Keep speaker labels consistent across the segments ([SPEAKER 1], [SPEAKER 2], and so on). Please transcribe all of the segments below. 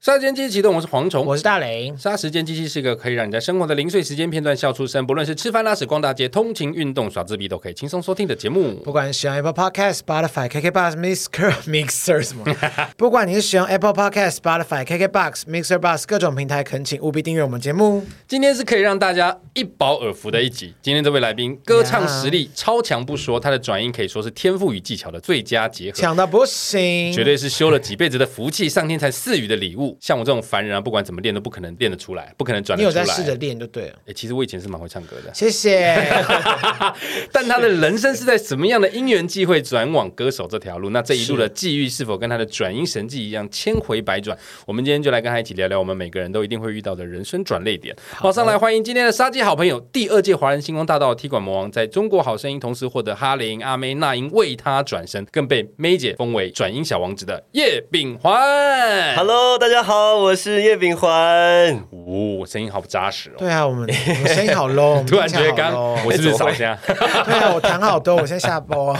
[SPEAKER 1] 杀时间机器启动，我是蝗虫。
[SPEAKER 2] 我是大雷，
[SPEAKER 1] 杀时间机器是一个可以让你在生活的零碎时间片段笑出声，不论是吃饭、拉屎、逛大街、通勤、运动、耍自闭，都可以轻松收听的节目。
[SPEAKER 2] 不管你使用 Apple Podcast、Spotify、KKBox、Mixer、Mixer 什么，不管你是使用 Apple Podcast、Spotify、KKBox、Mixer、Box 各种平台，恳请务必订阅我们节目。
[SPEAKER 1] 今天是可以让大家一饱耳福的一集。今天这位来宾歌唱实力超强不说，他的转音可以说是天赋与技巧的最佳结合。
[SPEAKER 2] 抢到不行，
[SPEAKER 1] 绝对是修了几辈子的福气，上天才赐予的礼物。像我这种凡人啊，不管怎么练都不可能练得出来，不可能转
[SPEAKER 2] 你
[SPEAKER 1] 得
[SPEAKER 2] 有
[SPEAKER 1] 出来。
[SPEAKER 2] 在试着练就对了。
[SPEAKER 1] 诶其实我以前是蛮会唱歌的，
[SPEAKER 2] 谢谢。
[SPEAKER 1] 但他的人生是在什么样的因缘际会转往歌手这条路？那这一路的际遇是否跟他的转音神技一样千回百转？我们今天就来跟他一起聊聊我们每个人都一定会遇到的人生转泪点。马上来欢迎今天的杀鸡好朋友，第二届华人星光大道的踢馆魔王，在中国好声音同时获得哈林、阿妹、那英为他转身，更被 May 姐封为转音小王子的叶秉环。哎
[SPEAKER 3] Hello，大家好，我是叶秉环。
[SPEAKER 1] 哦，声音好扎实哦！
[SPEAKER 2] 对啊，我们我们声音 好 low，我们
[SPEAKER 1] 突然
[SPEAKER 2] 听起
[SPEAKER 1] 觉
[SPEAKER 2] 来
[SPEAKER 1] 得
[SPEAKER 2] 好
[SPEAKER 1] 刚
[SPEAKER 2] low
[SPEAKER 1] 我是不是少虾？
[SPEAKER 2] 对啊，我弹 好多，我先下播。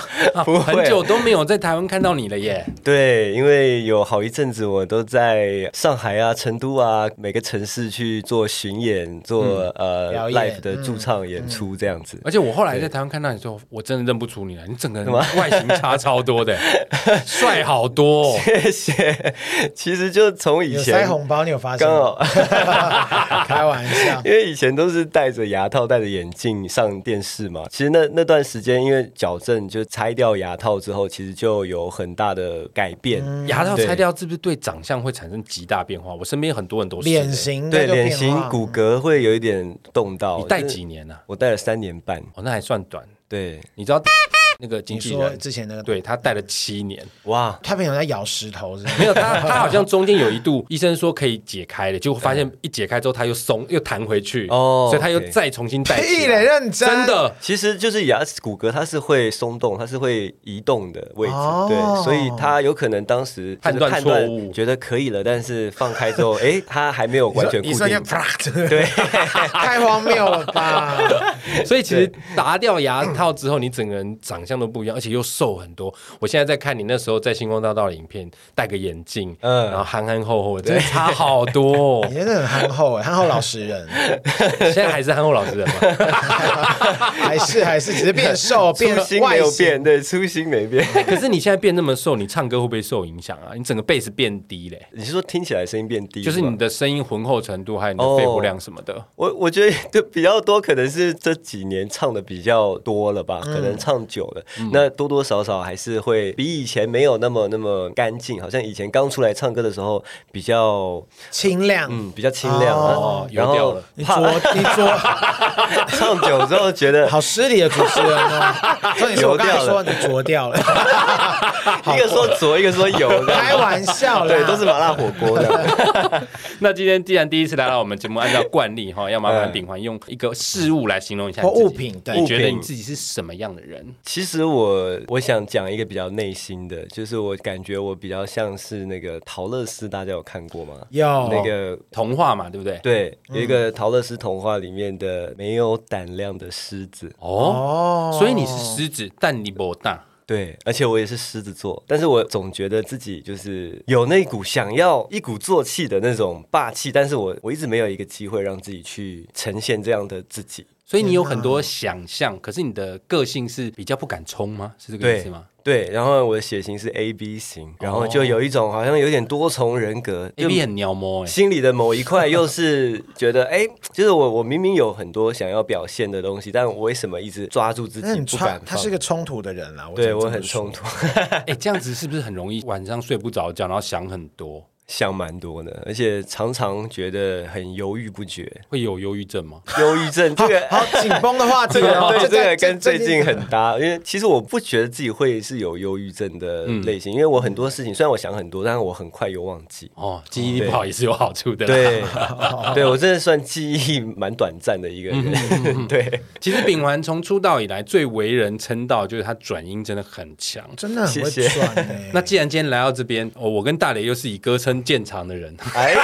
[SPEAKER 3] 不会
[SPEAKER 1] 很久都没有在台湾看到你了耶！
[SPEAKER 3] 对，因为有好一阵子我都在上海啊、成都啊每个城市去做巡演、做、
[SPEAKER 1] 嗯
[SPEAKER 3] 呃
[SPEAKER 2] 表演嗯
[SPEAKER 3] live 的驻唱演出这样子。
[SPEAKER 1] 而且我后来在台湾看到你之后，我真的认不出你了，你整个人外形差超多 的，帅好多、哦。
[SPEAKER 3] 谢谢。其实就从以
[SPEAKER 2] 有
[SPEAKER 3] 前
[SPEAKER 2] 塞红啊包，你有发现
[SPEAKER 3] 刚
[SPEAKER 2] 吗？
[SPEAKER 3] 好。
[SPEAKER 2] 开玩 笑，
[SPEAKER 3] 因为以前都是戴着牙套、戴着眼镜上电视嘛。其实那那段时间，因为矫正就拆掉牙套之后，其实就有很大的改变。
[SPEAKER 2] 嗯
[SPEAKER 1] 牙套拆掉是不是对长相会产生极大变化？我身边很多人都是欸
[SPEAKER 2] 脸。型应该
[SPEAKER 3] 对，
[SPEAKER 2] 就
[SPEAKER 3] 脸
[SPEAKER 2] 变啊
[SPEAKER 3] 型
[SPEAKER 2] 化
[SPEAKER 3] 骨骼会有一点动到。
[SPEAKER 1] 你戴
[SPEAKER 3] 就是
[SPEAKER 1] 几年呢、啊？
[SPEAKER 3] 我戴了三年半。
[SPEAKER 1] 哦，那还算短。
[SPEAKER 3] 对，
[SPEAKER 1] 你 知道那个经
[SPEAKER 2] 你
[SPEAKER 1] 纪
[SPEAKER 2] 说
[SPEAKER 1] 人，
[SPEAKER 2] 之前那个，
[SPEAKER 1] 对他戴了七年，
[SPEAKER 3] 哇，
[SPEAKER 2] 他朋友在咬石头是不是？
[SPEAKER 1] 没有他，他好像中间有一度医生说可以解开的，结果发 现一解开之后他又松又弹回去，
[SPEAKER 3] 哦
[SPEAKER 1] 所以他又
[SPEAKER 3] OK
[SPEAKER 1] 再重新戴起
[SPEAKER 2] 屁
[SPEAKER 1] 来。
[SPEAKER 2] 嘞，认真
[SPEAKER 1] 真的，
[SPEAKER 3] 其实就是牙齿骨骼它是会松动，它是会移动的位置，
[SPEAKER 2] 哦
[SPEAKER 3] 对，所以他有可能当时就
[SPEAKER 1] 判
[SPEAKER 3] 是
[SPEAKER 1] 断
[SPEAKER 3] 判
[SPEAKER 1] 错误
[SPEAKER 3] 断觉得可以了，但是放 开之后，哎，它还没有完全固
[SPEAKER 2] 一瞬间
[SPEAKER 3] 定。
[SPEAKER 2] 啪， 对， 太荒谬了吧？
[SPEAKER 1] 所以其实拔掉牙套之后，你整个人长相都不一样，而且又瘦很多。我现在在看你那时候在星光大道的影片，戴个眼镜，
[SPEAKER 3] 嗯
[SPEAKER 1] 然后憨憨厚厚的，真的差好多、哦
[SPEAKER 2] 你。真的很憨厚哎，憨厚老实人，
[SPEAKER 1] 现在还是憨厚老实人嘛？
[SPEAKER 2] 还是还是只是变瘦变
[SPEAKER 3] 初心没
[SPEAKER 2] 外
[SPEAKER 3] 有
[SPEAKER 2] 形。
[SPEAKER 3] 变，对，初心没变。
[SPEAKER 1] 哎可是你现在变那么瘦，你唱歌会不会受影响啊？你整个贝斯变低嘞，
[SPEAKER 3] 你是说听起来声音变低吗？哦
[SPEAKER 1] 就是你的声音浑厚程度，还有你的肺活量什么的。
[SPEAKER 3] 我我觉得就比较多，可能是这几年唱的比较多了
[SPEAKER 1] 嗯
[SPEAKER 3] 吧，可能唱久了，那多多少少还是会比以前没有那么那么干净，好像以前刚出来唱歌的时候比较
[SPEAKER 2] 清亮。
[SPEAKER 3] 嗯比较清亮
[SPEAKER 2] 哦
[SPEAKER 3] 啊，然
[SPEAKER 1] 油掉
[SPEAKER 3] 后
[SPEAKER 1] 了
[SPEAKER 2] 你
[SPEAKER 3] 怕
[SPEAKER 2] 昨你昨
[SPEAKER 3] 唱久之后 觉得
[SPEAKER 2] 好失礼的主持人 哦，重点是我刚才说
[SPEAKER 3] 油掉了
[SPEAKER 2] 你浊掉了，
[SPEAKER 3] 一个说左，一个说右，这样
[SPEAKER 2] 开玩笑啦，
[SPEAKER 3] 对，都是麻辣火锅的。
[SPEAKER 1] 那今天既然第一次来到我们节目，按照惯例哈，要麻
[SPEAKER 3] 嗯
[SPEAKER 1] 烦秉环用一个事物来形容一下你自己
[SPEAKER 2] 或物品对
[SPEAKER 1] 你觉得
[SPEAKER 3] 物品
[SPEAKER 1] 你自己是什么样的人？
[SPEAKER 3] 其实我我想讲一个比较内心的，就是我感觉我比较像是那个陶乐斯，大家有看过吗？
[SPEAKER 2] 有
[SPEAKER 3] 那个
[SPEAKER 1] 童话嘛，对不对？
[SPEAKER 3] 对，有一个陶乐斯童话里面的没有胆量的狮子，
[SPEAKER 1] 哦，
[SPEAKER 2] 哦
[SPEAKER 1] 所以你是狮子，但你不大。
[SPEAKER 3] 对，而且我也是狮子座，但是我总觉得自己就是有那股想要一鼓作气的那种霸气，但是我我一直没有一个机会让自己去呈现这样的自己。
[SPEAKER 1] 所以你有很多想象，可是你的个性是比较不敢冲吗？是这个意
[SPEAKER 3] 对
[SPEAKER 1] 思吗？
[SPEAKER 3] 对，然后我的血型是 A B 型，然后就有一种好像有点多重人格
[SPEAKER 1] ？A
[SPEAKER 3] 就
[SPEAKER 1] B 很鸟摸哎、
[SPEAKER 3] 心里的某一块又是觉得，哎，就是我我明明有很多想要表现的东西，但我为什么一直抓住自
[SPEAKER 2] 那
[SPEAKER 3] 己
[SPEAKER 2] 你
[SPEAKER 3] 不
[SPEAKER 2] 穿
[SPEAKER 3] 敢
[SPEAKER 2] 他
[SPEAKER 3] 放
[SPEAKER 2] 是？个冲突的人啦，我
[SPEAKER 3] 对
[SPEAKER 2] 只能这
[SPEAKER 3] 我
[SPEAKER 2] 么
[SPEAKER 3] 很
[SPEAKER 2] 说
[SPEAKER 3] 冲突，
[SPEAKER 1] 哎、这样子是不是很容易晚上睡不着觉，然后想很多，
[SPEAKER 3] 想蛮多的，而且常常觉得很犹豫不决。
[SPEAKER 1] 会有忧郁症吗？
[SPEAKER 3] 忧郁症这个，
[SPEAKER 2] 好紧绷的话题
[SPEAKER 3] 这个
[SPEAKER 2] 哦，
[SPEAKER 3] 对，这
[SPEAKER 2] 在
[SPEAKER 3] 个跟最近很搭，因为其实我不觉得自己会是有忧郁症的类型，因为我很多事情虽然我想很多，但是我很快又忘 记。
[SPEAKER 1] 哦，记忆力
[SPEAKER 3] 对
[SPEAKER 1] 不好也是有好处的。，
[SPEAKER 3] 对，对我真的算记忆蛮短暂的一个人。 对，
[SPEAKER 1] 其实秉环从出道以来最为人称道就是他转音真的很强。
[SPEAKER 2] 真的很会
[SPEAKER 3] 谢谢
[SPEAKER 2] 转哎，
[SPEAKER 1] 那既然今天来到这边，哦我跟大雷又是以歌声跟建厂的人，
[SPEAKER 3] 哎，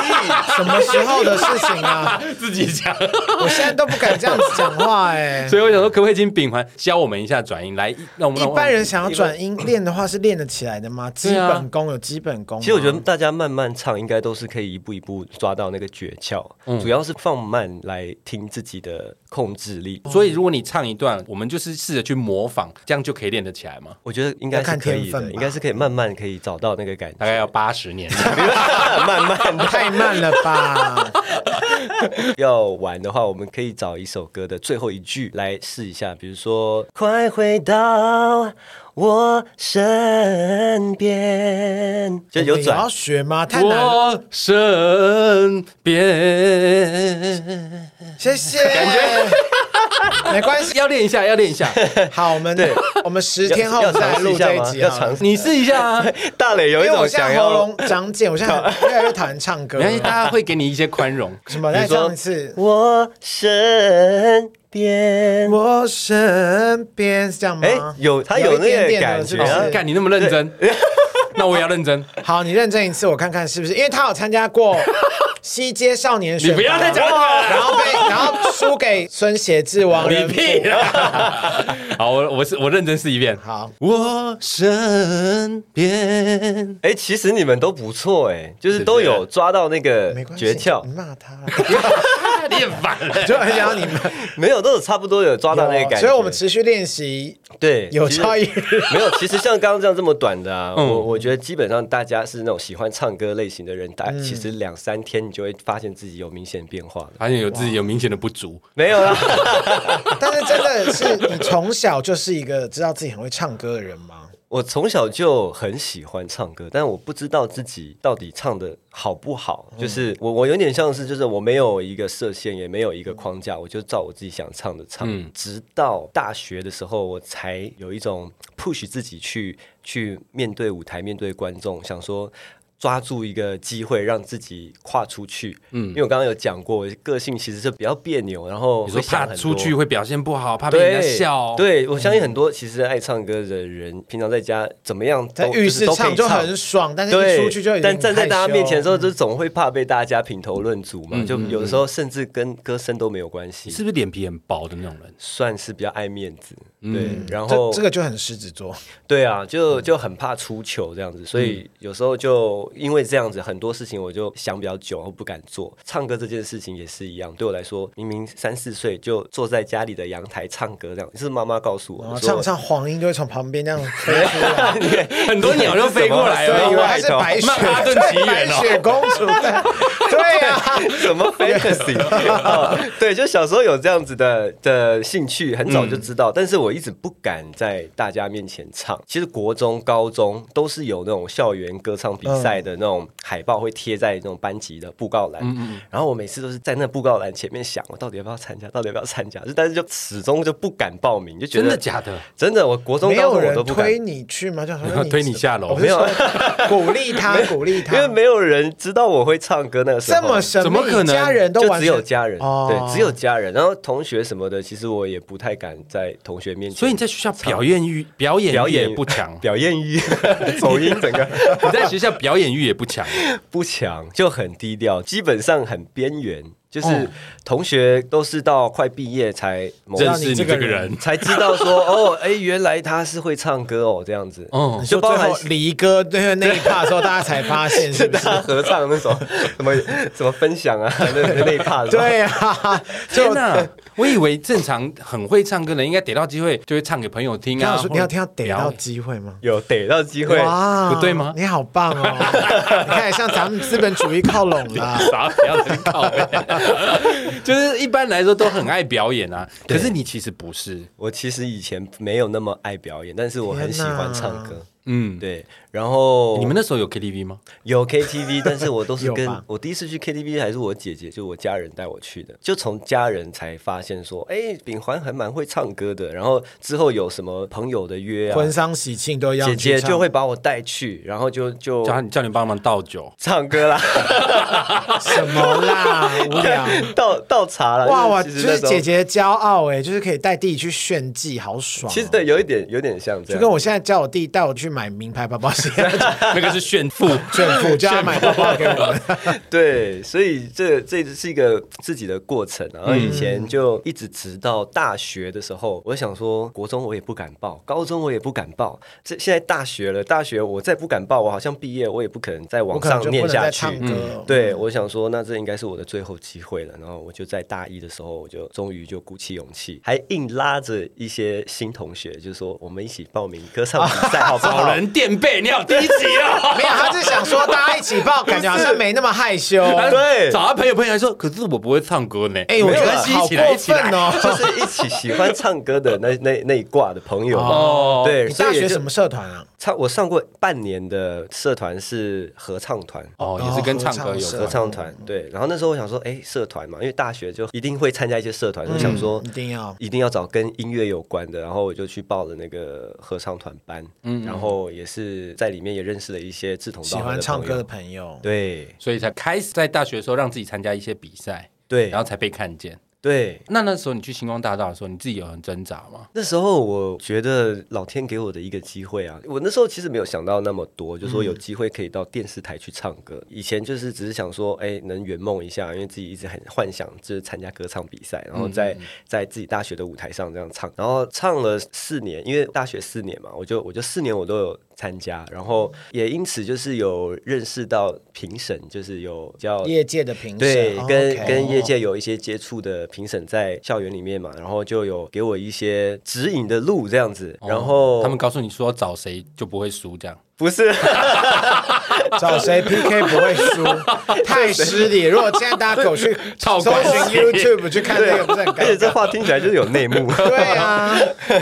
[SPEAKER 2] 什么时候的事情啊？
[SPEAKER 1] 自己讲。
[SPEAKER 2] 我现在都不敢这样子讲话哎、
[SPEAKER 1] 所以我想说，可不可以请秉环教我们一下转音？来，让我们
[SPEAKER 2] 一
[SPEAKER 1] 让我
[SPEAKER 2] 般人想要转音练的话，是练得起来的吗？基
[SPEAKER 1] 对啊
[SPEAKER 2] 本功有基本功吗。
[SPEAKER 3] 其实我觉得大家慢慢唱，应该都是可以一步一步抓到那个诀窍，主要是放慢来听自己的控制力。
[SPEAKER 1] 所以，如果你唱一段，我们就是试着去模仿，这样就可以练得起来吗？
[SPEAKER 3] 我觉得应该
[SPEAKER 2] 要
[SPEAKER 3] 是
[SPEAKER 2] 看
[SPEAKER 3] 可以
[SPEAKER 2] 天分
[SPEAKER 3] 的，
[SPEAKER 2] 吧
[SPEAKER 3] 应该是可以慢慢可以找到那个感
[SPEAKER 1] 大概
[SPEAKER 3] 觉，
[SPEAKER 1] 要八十年。
[SPEAKER 3] 慢慢的。
[SPEAKER 2] 太慢了 吧？
[SPEAKER 3] 要玩的话，我们可以找一首歌的最后一句来试一下，比如说“快回到我身边”，就有
[SPEAKER 2] 你要
[SPEAKER 3] 转。
[SPEAKER 2] 学吗？太难了。
[SPEAKER 1] 我身边，
[SPEAKER 2] 谢谢。 没关系，
[SPEAKER 1] 要练一下，要练一下，
[SPEAKER 2] 好，我们我们十天后
[SPEAKER 3] 要要
[SPEAKER 2] 再
[SPEAKER 3] 尝试
[SPEAKER 2] 录
[SPEAKER 3] 一下
[SPEAKER 2] 这一
[SPEAKER 3] 吗
[SPEAKER 2] 集
[SPEAKER 3] 要
[SPEAKER 2] 好了
[SPEAKER 3] 尝试
[SPEAKER 1] 你试一下啊。
[SPEAKER 3] 大磊有
[SPEAKER 2] 因
[SPEAKER 3] 一
[SPEAKER 2] 为我
[SPEAKER 3] 种
[SPEAKER 2] 现在喉
[SPEAKER 3] 想要
[SPEAKER 2] 咙长茧，我现 在很越来越讨厌唱歌
[SPEAKER 1] 没
[SPEAKER 2] 了
[SPEAKER 1] 关。系，大家会给你一些宽容。
[SPEAKER 2] 什么？再
[SPEAKER 3] 你说
[SPEAKER 2] 唱一次。
[SPEAKER 3] 我身边。
[SPEAKER 2] 我身边是这样吗
[SPEAKER 3] 哎？有他
[SPEAKER 2] 有
[SPEAKER 3] 有
[SPEAKER 2] 一点
[SPEAKER 3] 那个
[SPEAKER 2] 点
[SPEAKER 3] 感
[SPEAKER 2] 的是
[SPEAKER 3] 觉
[SPEAKER 2] 不
[SPEAKER 3] 啊
[SPEAKER 1] 哦
[SPEAKER 2] 是
[SPEAKER 1] 干你那么认真， 那我也要认真。
[SPEAKER 2] 好，你认真一次，我看看是不是？因为他有参加过西街少年选拔，
[SPEAKER 1] 你不要再讲这个了
[SPEAKER 2] 然后被然后输给孙协志、王
[SPEAKER 1] 你
[SPEAKER 2] 仁甫
[SPEAKER 1] 屁啦！ 好，我我是我认真试一遍。
[SPEAKER 2] 好，
[SPEAKER 1] 我身边，
[SPEAKER 3] 哎、其实你们都不错哎、就是都
[SPEAKER 1] 对不
[SPEAKER 3] 有
[SPEAKER 1] 对
[SPEAKER 3] 抓到那个
[SPEAKER 2] 没关系，
[SPEAKER 3] 诀窍
[SPEAKER 2] 你，骂他了，
[SPEAKER 1] 你很烦了。
[SPEAKER 2] 就很想要你 们
[SPEAKER 3] 没有都有差不多有抓啊到那个感觉，
[SPEAKER 2] 所以我们持续练习
[SPEAKER 3] 对
[SPEAKER 2] 有
[SPEAKER 3] 其实
[SPEAKER 2] 朝一日。
[SPEAKER 3] 没有，其实像刚刚这样这么短的啊，
[SPEAKER 1] 嗯
[SPEAKER 3] 我我觉得基本上大家是那种喜欢唱歌类型的人，大其实两三天你就会发现自己有明显变化了。
[SPEAKER 1] 发现有自己有明显的不足，
[SPEAKER 3] 没有啦，
[SPEAKER 2] 但是真的是你从小就是一个知道自己很会唱歌的人吗？
[SPEAKER 3] 我从小就很喜欢唱歌，但我不知道自己到底唱的好不好。
[SPEAKER 1] 嗯
[SPEAKER 3] 就是我我有点像是，就是我没有一个射线，也没有一个框架，我就照我自己想唱的唱。
[SPEAKER 1] 嗯
[SPEAKER 3] 直到大学的时候，我才有一种 push 自己去去面对舞台，面对观众，想说。抓住一个机会，让自己跨出去。嗯，因为我刚刚有讲过，我个性其实是比较别扭，然后
[SPEAKER 1] 你说
[SPEAKER 3] 哦会想
[SPEAKER 1] 怕
[SPEAKER 3] 很
[SPEAKER 1] 出
[SPEAKER 3] 多
[SPEAKER 1] 去会表现不好，怕被
[SPEAKER 3] 对，
[SPEAKER 1] 人家笑。，嗯
[SPEAKER 3] 对，我相信很多其实爱唱歌的人，平常在家怎么样都，
[SPEAKER 2] 在浴室
[SPEAKER 3] 就是都可以
[SPEAKER 2] 唱
[SPEAKER 3] 唱
[SPEAKER 2] 就很。爽，但是一
[SPEAKER 3] 对，
[SPEAKER 2] 出去就有点
[SPEAKER 3] 但站在大
[SPEAKER 2] 害羞
[SPEAKER 3] 家
[SPEAKER 2] 啊
[SPEAKER 3] 面前的时候，就总会怕被大家评头论足嘛。
[SPEAKER 1] 嗯
[SPEAKER 3] 就
[SPEAKER 1] 嗯
[SPEAKER 3] 有的时候甚至跟歌声都没有关
[SPEAKER 2] 嗯
[SPEAKER 3] 系，
[SPEAKER 1] 是不是脸皮很薄的那种人？
[SPEAKER 3] 算是比较爱面子。
[SPEAKER 1] 嗯
[SPEAKER 3] 对，然后
[SPEAKER 2] 这这个就很狮子座，
[SPEAKER 3] 对啊，就就很怕出糗这样子，所以有时候就因为这样子，很多事情我就想比较久，我不敢做。唱歌这件事情也是一样，对我来说，明明三四岁就坐在家里的阳台唱歌这样，是妈妈告诉
[SPEAKER 2] 然后
[SPEAKER 3] 我，
[SPEAKER 2] 唱
[SPEAKER 3] 说。
[SPEAKER 2] 唱黄莺就会从旁边这样飞出 来，
[SPEAKER 1] 很多鸟就飞过来啊
[SPEAKER 2] 对以为
[SPEAKER 1] 了。
[SPEAKER 2] 她是白雪
[SPEAKER 1] 曼哈顿 奇
[SPEAKER 2] 白
[SPEAKER 1] 缘哦，
[SPEAKER 2] 雪公主， 对啊对呀，
[SPEAKER 3] 什 么 fantasy？、哦对，就小时候有这样子的的兴趣，很早
[SPEAKER 2] 嗯
[SPEAKER 3] 就知道，但是我一直不敢在大家面前唱。其实国中、高中都是有那种校园歌唱比
[SPEAKER 2] 嗯
[SPEAKER 3] 赛的那种海报，会贴在那种班级的布告栏。
[SPEAKER 2] 嗯
[SPEAKER 3] 然后我每次都是在那布告栏前面想，我到底要不要参加？到底要不要参加？就但是就始终就不敢报名，就觉得
[SPEAKER 1] 真的假的？
[SPEAKER 3] 真的，我国中、
[SPEAKER 2] 没
[SPEAKER 3] 高
[SPEAKER 2] 有
[SPEAKER 3] 中我
[SPEAKER 2] 人
[SPEAKER 3] 都不敢
[SPEAKER 2] 推你去吗？就说
[SPEAKER 1] 推你下楼
[SPEAKER 2] 我不是说 鼓励他，鼓励
[SPEAKER 3] 因为
[SPEAKER 2] 他，
[SPEAKER 3] 没有人知道我会唱歌那个时候。
[SPEAKER 2] 这么神秘，
[SPEAKER 1] 怎么可能
[SPEAKER 2] 家人都
[SPEAKER 3] 就
[SPEAKER 2] 完
[SPEAKER 3] 只
[SPEAKER 2] 全
[SPEAKER 3] 有家人，
[SPEAKER 2] 哦
[SPEAKER 3] 对，只有家人。然后同学什么的，其实我也不太敢在同学面前。
[SPEAKER 1] 所以你在学校表演欲、表演
[SPEAKER 3] 表
[SPEAKER 1] 欲也
[SPEAKER 3] 演，
[SPEAKER 1] 不强
[SPEAKER 3] 表演欲、 走音整个
[SPEAKER 1] 你在学校表演欲也不强。
[SPEAKER 3] 不强，就很低调，基本上很边缘。就是
[SPEAKER 1] 哦
[SPEAKER 3] 同学都是到快毕业才某
[SPEAKER 1] 认识你
[SPEAKER 2] 这
[SPEAKER 1] 这
[SPEAKER 2] 个
[SPEAKER 1] 个
[SPEAKER 2] 人
[SPEAKER 1] 人，
[SPEAKER 3] 才知道说哦，哎，原来他是会唱歌哦，这样子。
[SPEAKER 1] 哦
[SPEAKER 2] 你说
[SPEAKER 3] 就包
[SPEAKER 2] 最
[SPEAKER 3] 含
[SPEAKER 2] 后离歌对那一趴的时候，大家才发 现是
[SPEAKER 3] 是
[SPEAKER 2] 不
[SPEAKER 3] 大
[SPEAKER 2] 是？
[SPEAKER 3] 家合唱那种什么什么分享啊，那那一 part 是吧
[SPEAKER 2] 对 呀，
[SPEAKER 1] 天
[SPEAKER 2] 就
[SPEAKER 1] 哪！我以为正常很会唱歌的人应该逮到机会就会唱给朋友听
[SPEAKER 2] 你要
[SPEAKER 1] 啊
[SPEAKER 2] 说。你要听到
[SPEAKER 1] 或者
[SPEAKER 2] 逮到 机会吗？
[SPEAKER 3] 有逮到机会，
[SPEAKER 2] 哇
[SPEAKER 1] 不对吗
[SPEAKER 2] 你好棒哦！ 你看，向咱们资本主义靠拢了。啊
[SPEAKER 1] 啥不要人靠背， 就是一般来说都很爱表演啊。可是你其实不是，
[SPEAKER 3] 我其实以前没有那么爱表演，但是我很喜欢唱歌。
[SPEAKER 1] 嗯，
[SPEAKER 3] 对，然后
[SPEAKER 1] 你们那时候有 KTV 吗？
[SPEAKER 3] 有 KTV，但是我都是
[SPEAKER 2] 有
[SPEAKER 3] 跟
[SPEAKER 2] 吧
[SPEAKER 3] 我第一次去 KTV 还是我姐姐，就我家人带我去的，就从家人才发现说，哎，秉环还蛮会唱歌的。然后之后有什么朋友的约啊，
[SPEAKER 2] 婚丧喜庆都要
[SPEAKER 3] 姐
[SPEAKER 2] 你去
[SPEAKER 3] 姐
[SPEAKER 2] 唱
[SPEAKER 3] 就会把我带去，然后就就
[SPEAKER 1] 叫你叫你帮忙倒酒，
[SPEAKER 3] 唱歌啦，
[SPEAKER 2] 什么啦？无聊。
[SPEAKER 3] 倒倒茶啦。
[SPEAKER 2] 哇哇，就
[SPEAKER 3] 啊就是其实那
[SPEAKER 2] 是
[SPEAKER 3] 时候
[SPEAKER 2] 姐，姐的骄欸傲哎，就是可以带弟去炫技，好爽哦。
[SPEAKER 3] 其实对，有一点有点像这
[SPEAKER 2] 就
[SPEAKER 3] 啊样，
[SPEAKER 2] 跟我现在叫我弟带我去买名牌包包鞋，
[SPEAKER 1] 那个是炫 富，
[SPEAKER 2] 炫富叫他买包包给 我们。
[SPEAKER 3] 对，所以这这是一个自己的过程啊。然后以前
[SPEAKER 2] 嗯
[SPEAKER 3] 就一直直到大学的时候，我想说，国中我也不敢报，高中我也不敢报，这现在大学了，大学我再不敢报，我好像毕业我也不可能再
[SPEAKER 2] 我
[SPEAKER 3] 往
[SPEAKER 2] 可能
[SPEAKER 3] 上
[SPEAKER 2] 就不
[SPEAKER 3] 念
[SPEAKER 2] 能再
[SPEAKER 3] 下去。嗯
[SPEAKER 2] 唱歌了。嗯
[SPEAKER 3] 对，我想说，那这应该是我的最后机会了。然后我就在大一的时候，我就终于就鼓起勇气，还硬拉着一些新同学，就说我们一起报名歌唱比赛，好 不
[SPEAKER 1] 老
[SPEAKER 3] 好？
[SPEAKER 1] 人垫背，你好低级啊！
[SPEAKER 2] 没有，他是想说大家一起报，感觉好像没那么害 羞。
[SPEAKER 3] 对
[SPEAKER 1] 找他朋友朋友还说，可是我不会唱歌呢。
[SPEAKER 2] 哎，我
[SPEAKER 1] 没
[SPEAKER 2] 觉得
[SPEAKER 1] 关系
[SPEAKER 2] 好
[SPEAKER 1] 一起来，
[SPEAKER 2] 过
[SPEAKER 1] 一起来
[SPEAKER 2] 分。哦。
[SPEAKER 3] 就是一起喜欢唱歌的那 那那一挂的朋友嘛。
[SPEAKER 1] 哦
[SPEAKER 3] 对，
[SPEAKER 2] 你
[SPEAKER 3] 所
[SPEAKER 2] 大
[SPEAKER 3] 以也
[SPEAKER 2] 学
[SPEAKER 3] 就
[SPEAKER 2] 什么社团啊？
[SPEAKER 3] 唱？我上过半年的社团是合唱团。
[SPEAKER 1] 哦，也是跟唱歌有
[SPEAKER 2] 合
[SPEAKER 3] 合
[SPEAKER 1] 关。
[SPEAKER 3] 唱
[SPEAKER 2] 哦
[SPEAKER 3] 团对，然后那时候我想说，哎，社团嘛，因为大学就一定会参加一些社
[SPEAKER 2] 嗯
[SPEAKER 3] 团，我想说
[SPEAKER 2] 一定要
[SPEAKER 3] 一定要找跟音乐有关的，然后我就去报了那个合唱团班，
[SPEAKER 2] 嗯
[SPEAKER 3] 然后也是在里面也认识了一些志同
[SPEAKER 2] 喜
[SPEAKER 3] 道合
[SPEAKER 2] 欢
[SPEAKER 3] 的
[SPEAKER 2] 唱
[SPEAKER 3] 朋
[SPEAKER 2] 歌
[SPEAKER 3] 友
[SPEAKER 2] 的朋友。
[SPEAKER 3] 对
[SPEAKER 1] 所以才开始在大学的时候让自己参加一些比赛，
[SPEAKER 3] 对
[SPEAKER 1] 然后才被看见。
[SPEAKER 3] 对。
[SPEAKER 1] 那那时候你去星光大道的时候，你自己有很挣扎吗？
[SPEAKER 3] 那时候我觉得老天给我的一个机会啊，我那时候其实没有想到那么多，就说有机会可以到电视台去唱歌。以前就是只是想说，哎，能圆梦一下，因为自己一直很幻想就是参加歌唱比赛，然后在在自己大学的舞台上这样唱，然后唱了四年，因为大学四年嘛，我就我就四年我都有。参加，然后也因此就是有认识到评审，就是有比较
[SPEAKER 2] 业界的评审，
[SPEAKER 3] 对，
[SPEAKER 2] 哦
[SPEAKER 3] 跟
[SPEAKER 2] OK
[SPEAKER 3] 跟业界有一些接触的评审在校园里面嘛，然后就有给我一些指引的路这样子，然
[SPEAKER 1] 哦
[SPEAKER 3] 后
[SPEAKER 1] 他们告诉你说找谁就不会输，这样。
[SPEAKER 3] 不是
[SPEAKER 2] 找 谁 PK 不会输，太失礼。如果现在大家 狗去
[SPEAKER 1] 操
[SPEAKER 2] 搜
[SPEAKER 1] 管
[SPEAKER 2] 寻 YouTube 去看这个，不是很
[SPEAKER 3] 而且
[SPEAKER 2] 尴
[SPEAKER 3] 这
[SPEAKER 2] 尬？
[SPEAKER 3] 话听起来就是有内 幕。
[SPEAKER 2] 对 啊，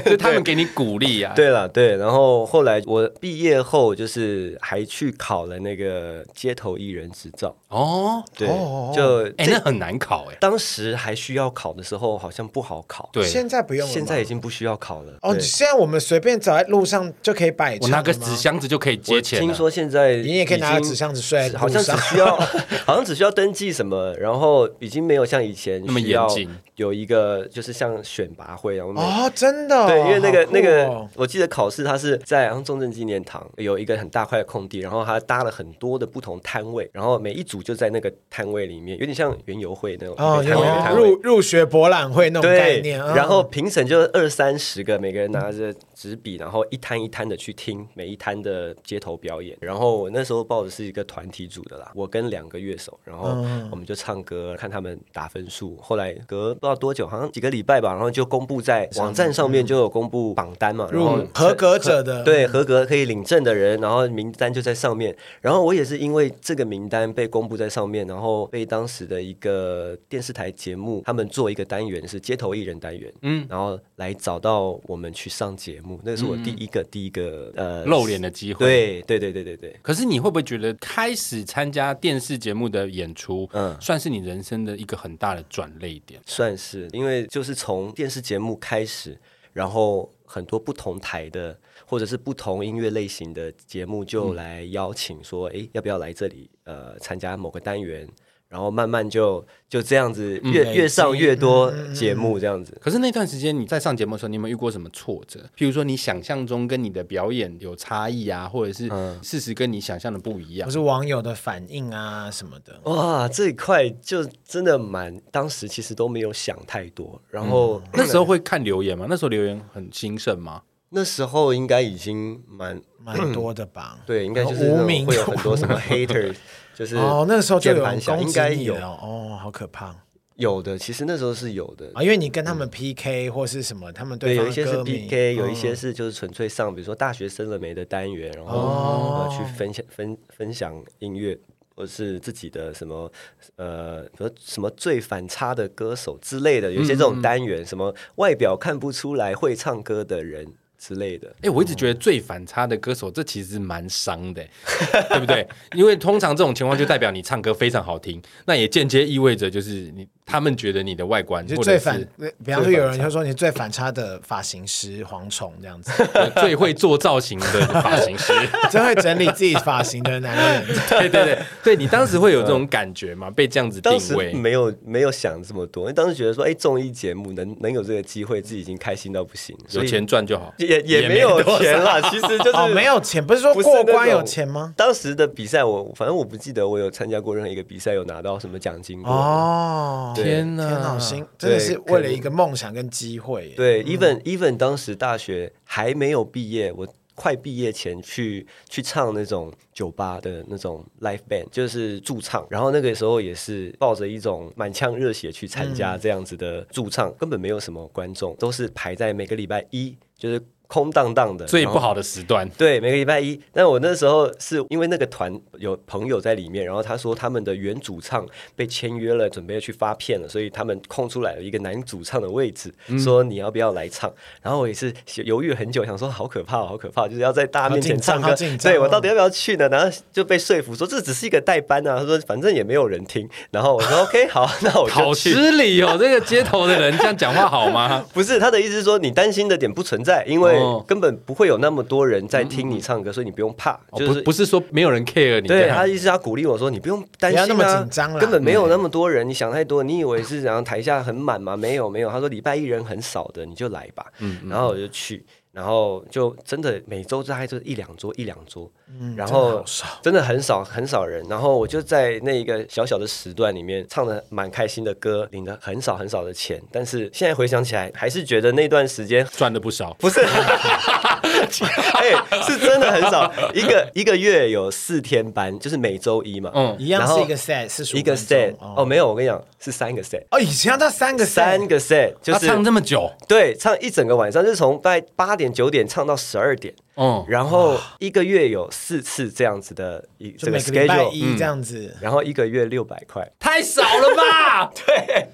[SPEAKER 1] 就他们给你鼓励啊。，
[SPEAKER 3] 对了，对，然后后来我毕业后就是还去考了那个街头艺人执照，
[SPEAKER 1] 哦，
[SPEAKER 3] 对，
[SPEAKER 2] 哦哦哦
[SPEAKER 3] 就
[SPEAKER 1] 哎、
[SPEAKER 3] 这
[SPEAKER 1] 那很难考哎、
[SPEAKER 3] 当时还需要考的时候好像不好考，
[SPEAKER 1] 对，
[SPEAKER 2] 现在不用了吗，
[SPEAKER 3] 现在已经不需要考了。
[SPEAKER 2] 哦，
[SPEAKER 3] 对
[SPEAKER 2] 现在我们随便走在路上就可以摆
[SPEAKER 1] 我
[SPEAKER 2] 唱了吗，
[SPEAKER 1] 拿个纸箱子就可以接
[SPEAKER 3] 我
[SPEAKER 1] 钱了。
[SPEAKER 3] 听说现在
[SPEAKER 2] 啊你也可以拿
[SPEAKER 3] 已
[SPEAKER 2] 个
[SPEAKER 3] 经
[SPEAKER 2] 纸箱子睡在
[SPEAKER 3] 好像
[SPEAKER 2] 路
[SPEAKER 3] 只
[SPEAKER 2] 上哦
[SPEAKER 3] 需要， 好像只需要登记什么，然后已经没有像以前
[SPEAKER 1] 那么
[SPEAKER 3] 需
[SPEAKER 1] 严
[SPEAKER 3] 要
[SPEAKER 1] 谨
[SPEAKER 3] 有一个就是像选拔会，然后每
[SPEAKER 2] 哦，真的哦，
[SPEAKER 3] 对，因为那个、
[SPEAKER 2] 好酷
[SPEAKER 3] 那个
[SPEAKER 2] 哦，
[SPEAKER 3] 我记得考试它是在好像中正纪念堂有一个很大块的空地，然后它搭了很多的不同摊位，然后每一组就在那个摊位里面，有点像园游会那种
[SPEAKER 2] 哦，
[SPEAKER 3] 每个摊位的
[SPEAKER 2] 有
[SPEAKER 3] 摊位。
[SPEAKER 2] 入入学博览会那种概
[SPEAKER 3] 对
[SPEAKER 2] 念，，嗯
[SPEAKER 3] 然后评审就二三十个，每个人拿着纸笔，然后一摊一摊的去听每一摊的街头表演。然后我那时候报的是一个团体组的啦，我跟两个乐手，然后
[SPEAKER 2] 嗯
[SPEAKER 3] 我们就唱歌，看他们打分数。后来隔不知道多久，好像几个礼拜吧，然后就公布在网站上面就有公布榜单嘛，然后
[SPEAKER 2] 嗯入合格者的
[SPEAKER 3] 嗯对，合格可以领证的人，然后名单就在上面。然后我也是因为这个名单被公布在上面，然后被当时的一个电视台节目，他们做一个单元是街头艺人单元，嗯，然后来找到我们去上节目，那是我第一个、第一个呃
[SPEAKER 1] 露脸的机会。。
[SPEAKER 3] 对对对对对对，
[SPEAKER 1] 可是你会不会觉得开始参加电视节目的演出，
[SPEAKER 3] 嗯
[SPEAKER 1] 算是你人生的一个很大的转捩点？
[SPEAKER 3] 算是，因为就是从电视节目开始，然后很多不同台的或者是不同音乐类型的节目就
[SPEAKER 2] 嗯
[SPEAKER 3] 来邀请说，诶，要不要来这里呃参加某个单元？然后慢慢就就这样子
[SPEAKER 2] 嗯
[SPEAKER 3] 越、越上越多节目这样子。
[SPEAKER 1] 可是那段时间你在上节目的时候，你有没有遇过什么挫折？譬如说你想象中跟你的表演有差异啊，或者是
[SPEAKER 2] 嗯
[SPEAKER 1] 事实跟你想象的不一样
[SPEAKER 2] 不？是网友的反应啊什么的，
[SPEAKER 3] 哇，这一块就真的蛮，当时其实都没有想太多。然后、
[SPEAKER 2] 嗯
[SPEAKER 1] 那时候会看留言吗？那时候留言很兴盛吗？
[SPEAKER 3] 那时候应该已经蛮
[SPEAKER 2] 蛮多的吧？
[SPEAKER 3] 对，应该就是
[SPEAKER 2] 无
[SPEAKER 3] 那种
[SPEAKER 2] 名
[SPEAKER 3] 会有很多什么 hater，就是
[SPEAKER 2] 哦，那个时候就有
[SPEAKER 3] 嗯键
[SPEAKER 2] 人
[SPEAKER 3] 盘侠
[SPEAKER 2] 攻
[SPEAKER 3] 应
[SPEAKER 2] 击
[SPEAKER 3] 该
[SPEAKER 2] 你
[SPEAKER 3] 有
[SPEAKER 2] 了哦，好可怕啊！
[SPEAKER 3] 有的，其实那时候是有的。
[SPEAKER 2] 因为你跟他们 PK 或是什么，他们
[SPEAKER 3] 嗯
[SPEAKER 2] 方
[SPEAKER 3] 对，有
[SPEAKER 2] 的
[SPEAKER 3] 一些是
[SPEAKER 2] 啊歌迷
[SPEAKER 3] PK，有一些是就是纯粹上，比如说大学生了没的单元，然后、呃去分享分分享音乐，或是自己的什么呃，比如说什么最反差的歌手之类的，有一些这种单元，什么外表看不出来会唱歌的人之类的。
[SPEAKER 1] 哎、我一直觉得最反差的歌手，这其实蛮伤 的，欸对不对？因为通常这种情况就代表你唱歌非常好听，那也间接意味着就是你他们觉得你的外观，
[SPEAKER 2] 你是
[SPEAKER 1] 或
[SPEAKER 2] 最
[SPEAKER 1] 者
[SPEAKER 2] 反
[SPEAKER 1] 是，
[SPEAKER 2] 比方说有人就说你最反差的发型师蝗虫这样子，
[SPEAKER 1] 呃最会做造型的发型师。
[SPEAKER 2] 最会整理自己发型的男人。
[SPEAKER 1] 对对对，对你当时会有这种感觉吗？被这样子定
[SPEAKER 3] 当时嗯
[SPEAKER 1] 位？
[SPEAKER 3] 没有没有想这么多，因为当时觉得说，哎，综艺节目能能有这个机会，自己已经开心到不行，所
[SPEAKER 1] 有
[SPEAKER 3] 以
[SPEAKER 1] 钱赚就好，
[SPEAKER 3] 也也
[SPEAKER 1] 也
[SPEAKER 3] 没
[SPEAKER 1] 没
[SPEAKER 3] 有
[SPEAKER 1] 多
[SPEAKER 3] 钱啦，其实就是
[SPEAKER 2] 哦，没有钱，不是说
[SPEAKER 3] 不是
[SPEAKER 2] 过关
[SPEAKER 3] 那种
[SPEAKER 2] 有钱吗？
[SPEAKER 3] 当时的比赛我，反正我不记得我有参加过任何一个比赛有拿到什么奖金过。
[SPEAKER 2] 哦，
[SPEAKER 3] 对
[SPEAKER 1] 天哪，
[SPEAKER 2] 天哪，好心真的是
[SPEAKER 3] 对
[SPEAKER 2] 为了
[SPEAKER 3] 可
[SPEAKER 2] 一个梦想跟机会耶。
[SPEAKER 3] 对，even even 当时大学还没有毕业，我快毕业前去去唱那种酒吧的那种 live band，就是驻唱。然后那个时候也是抱着一种满腔热血去参
[SPEAKER 2] 嗯
[SPEAKER 3] 加这样子的驻唱，根本没有什么观众，都是排在每个礼拜一，就是空荡荡的，
[SPEAKER 1] 最
[SPEAKER 3] 然
[SPEAKER 1] 不
[SPEAKER 3] 后
[SPEAKER 1] 好的时段。
[SPEAKER 3] 对，每个礼拜一。但我那时候是因为那个团有朋友在里面，然后他说他们的原主唱被签约了，准备要去发片了，所以他们空出来了一个男主唱的位置，
[SPEAKER 2] 嗯
[SPEAKER 3] 说你要不要来唱？然后我也是犹豫很久，想说好可怕，好可怕，就是要在大家面前唱
[SPEAKER 2] 好
[SPEAKER 3] 歌
[SPEAKER 2] 紧张好紧，张
[SPEAKER 3] 对我到底要不要去呢？然后就被说服说这只是一个代班啊，他说反正也没有人听。然后我说 OK，好，那我
[SPEAKER 1] 好
[SPEAKER 3] 就去。
[SPEAKER 1] 失礼哦，这个街头的人这样讲话好 吗？
[SPEAKER 3] 不是他的意思是说，你担心的点不存在，因为
[SPEAKER 1] 哦
[SPEAKER 3] 根本不会有那么多人在
[SPEAKER 2] 嗯
[SPEAKER 3] 听你唱歌，所以你不用怕。
[SPEAKER 1] 哦
[SPEAKER 3] 就是
[SPEAKER 1] 不不是说没有人 care 你这
[SPEAKER 3] 对，他
[SPEAKER 1] 样，
[SPEAKER 3] 意思他鼓励我说：“你不用担心、啊，
[SPEAKER 2] 不要那么紧张啦
[SPEAKER 3] 根本没有那么多人，你想太多。你以为是然后台下很满吗？没有，没有。他说礼拜一人很少的，你就来吧。
[SPEAKER 1] 嗯
[SPEAKER 3] 然后我就去，然后就真的每周大概就一两桌，一两桌，然
[SPEAKER 2] 嗯真的
[SPEAKER 3] 后
[SPEAKER 2] 好少
[SPEAKER 3] 真的很少很少人。然后我就在那一个小小的时段里面唱的蛮开心的歌，领的很少很少的钱，但是现在回想起来，还是觉得那段时间
[SPEAKER 1] 赚的不少。
[SPEAKER 3] 不是， 哎、是真的很少，一个一个月有四天班，就是每周一嘛，
[SPEAKER 1] 嗯
[SPEAKER 2] 一样
[SPEAKER 3] 然后
[SPEAKER 2] 是一个 set，四十
[SPEAKER 3] 一个 set 哦，
[SPEAKER 2] 哦
[SPEAKER 3] 没有，我跟你讲是三个 set，
[SPEAKER 2] 哦，以前要到三个 set，啊
[SPEAKER 3] 三个 set 就
[SPEAKER 1] 他
[SPEAKER 3] 是
[SPEAKER 1] 唱这么久，
[SPEAKER 3] 对唱一整个晚上，就是从大概八点九点唱到十二点，
[SPEAKER 1] 嗯，
[SPEAKER 3] 然后一个月有四次这样子的一
[SPEAKER 2] 就
[SPEAKER 3] 这个
[SPEAKER 2] 每个礼拜
[SPEAKER 3] schedule，
[SPEAKER 2] 一这样子，
[SPEAKER 3] 然后一个月六百块，
[SPEAKER 1] 太少了 吧？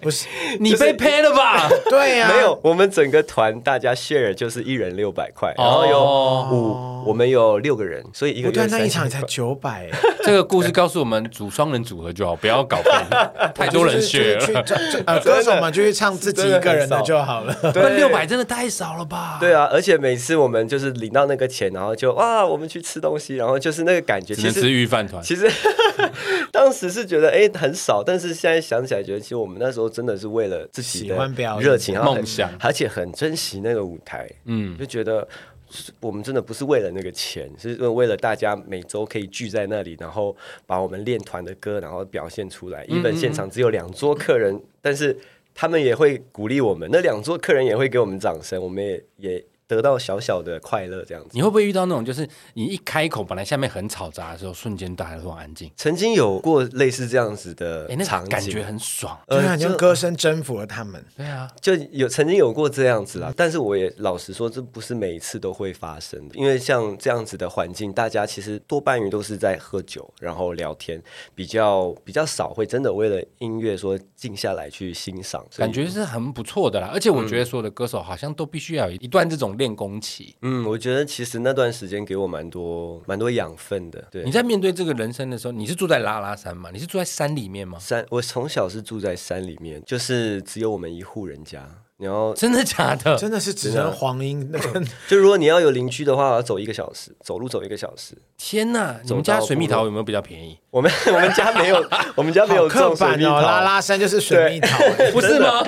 [SPEAKER 2] 不是？
[SPEAKER 1] 你被拍了吧？
[SPEAKER 2] 对啊呀，
[SPEAKER 3] 嗯 没有，我们整个团大家 share 就是一人六百块，然后有
[SPEAKER 1] 哦
[SPEAKER 3] 五，我们有六个人，所以一个
[SPEAKER 2] 不
[SPEAKER 3] 月
[SPEAKER 2] 对，那一
[SPEAKER 3] 30
[SPEAKER 2] 场才
[SPEAKER 3] 块
[SPEAKER 2] 九百，
[SPEAKER 1] 这个故事告诉我们，组双人组合就好，不要搞 混太多人学
[SPEAKER 2] 就是
[SPEAKER 1] 了。
[SPEAKER 2] 去去 去呃，
[SPEAKER 3] 啊
[SPEAKER 2] 歌手们就去唱自己一个人的就好了。
[SPEAKER 1] 那六百真的太少了吧？
[SPEAKER 3] 对啊，而且每次我们就是领到那个钱，然后就哇，我们去吃东西，然后就是那个感觉，
[SPEAKER 1] 只
[SPEAKER 3] 其
[SPEAKER 1] 能吃
[SPEAKER 3] 实。
[SPEAKER 1] 预饭团。
[SPEAKER 3] 其实当时是觉得哎、很少，但是现在想起来，觉得其实我们那时候真的是为了自己
[SPEAKER 2] 喜
[SPEAKER 3] 的
[SPEAKER 2] 欢表演
[SPEAKER 3] 热情、然后很
[SPEAKER 1] 梦想
[SPEAKER 3] 而且很珍惜那个舞台。嗯，就觉得是我们真的不是为了那个钱，是为了大家每周可以聚在那里，然后把我们练团的歌，然后表现出来。一本现场只有两桌客人，但是他们也会鼓励我们，那两桌客人也会给我们掌声，我们也也得到小小的快乐，这样子。
[SPEAKER 1] 你会不会遇到那种，就是你一开口，本来下面很吵杂的时候，瞬间大家都安静，
[SPEAKER 3] 曾经有过类似这样子的
[SPEAKER 1] 哎，那
[SPEAKER 3] 呃场
[SPEAKER 1] 个
[SPEAKER 3] 景，
[SPEAKER 1] 感觉很爽。
[SPEAKER 2] 对啊，
[SPEAKER 3] 呃
[SPEAKER 2] 你用歌声征服了他们。
[SPEAKER 1] 对啊，
[SPEAKER 3] 就有曾经有过这样子啦，但是我也老实说，这不是每一次都会发生的，因为像这样子的环境，大家其实多半于都是在喝酒，然后聊天，比较比较少会真的为了音乐说静下来去欣赏，所以
[SPEAKER 1] 感觉是很不错的啦。而且我觉得所有的歌手好像都必须要有一段这种练功期。
[SPEAKER 3] 嗯，我觉得其实那段时间给我蛮多蛮多养分的，对
[SPEAKER 1] 你。在面对这个人生的时候，你是住在拉拉山吗？你是住在山里面吗？
[SPEAKER 3] 山，我从小是住在山里面，就是只有我们一户人家。然后，
[SPEAKER 1] 真的假 的？
[SPEAKER 2] 真的是只能黄莺那个
[SPEAKER 3] 就如果你要有邻居的话，要走一个小时，走路走一个小时。
[SPEAKER 1] 天哪！你
[SPEAKER 3] 走
[SPEAKER 1] 们
[SPEAKER 3] 到
[SPEAKER 1] 家
[SPEAKER 3] 部
[SPEAKER 1] 水蜜
[SPEAKER 3] 落
[SPEAKER 1] 桃有没有比较便 宜？
[SPEAKER 3] 我们我们家没有，我们家没
[SPEAKER 2] 好
[SPEAKER 3] 有
[SPEAKER 2] 刻
[SPEAKER 3] 种水
[SPEAKER 2] 板
[SPEAKER 3] 蜜
[SPEAKER 2] 哦，
[SPEAKER 3] 桃。
[SPEAKER 2] 拉拉山就是水蜜桃，哎
[SPEAKER 1] 不是吗？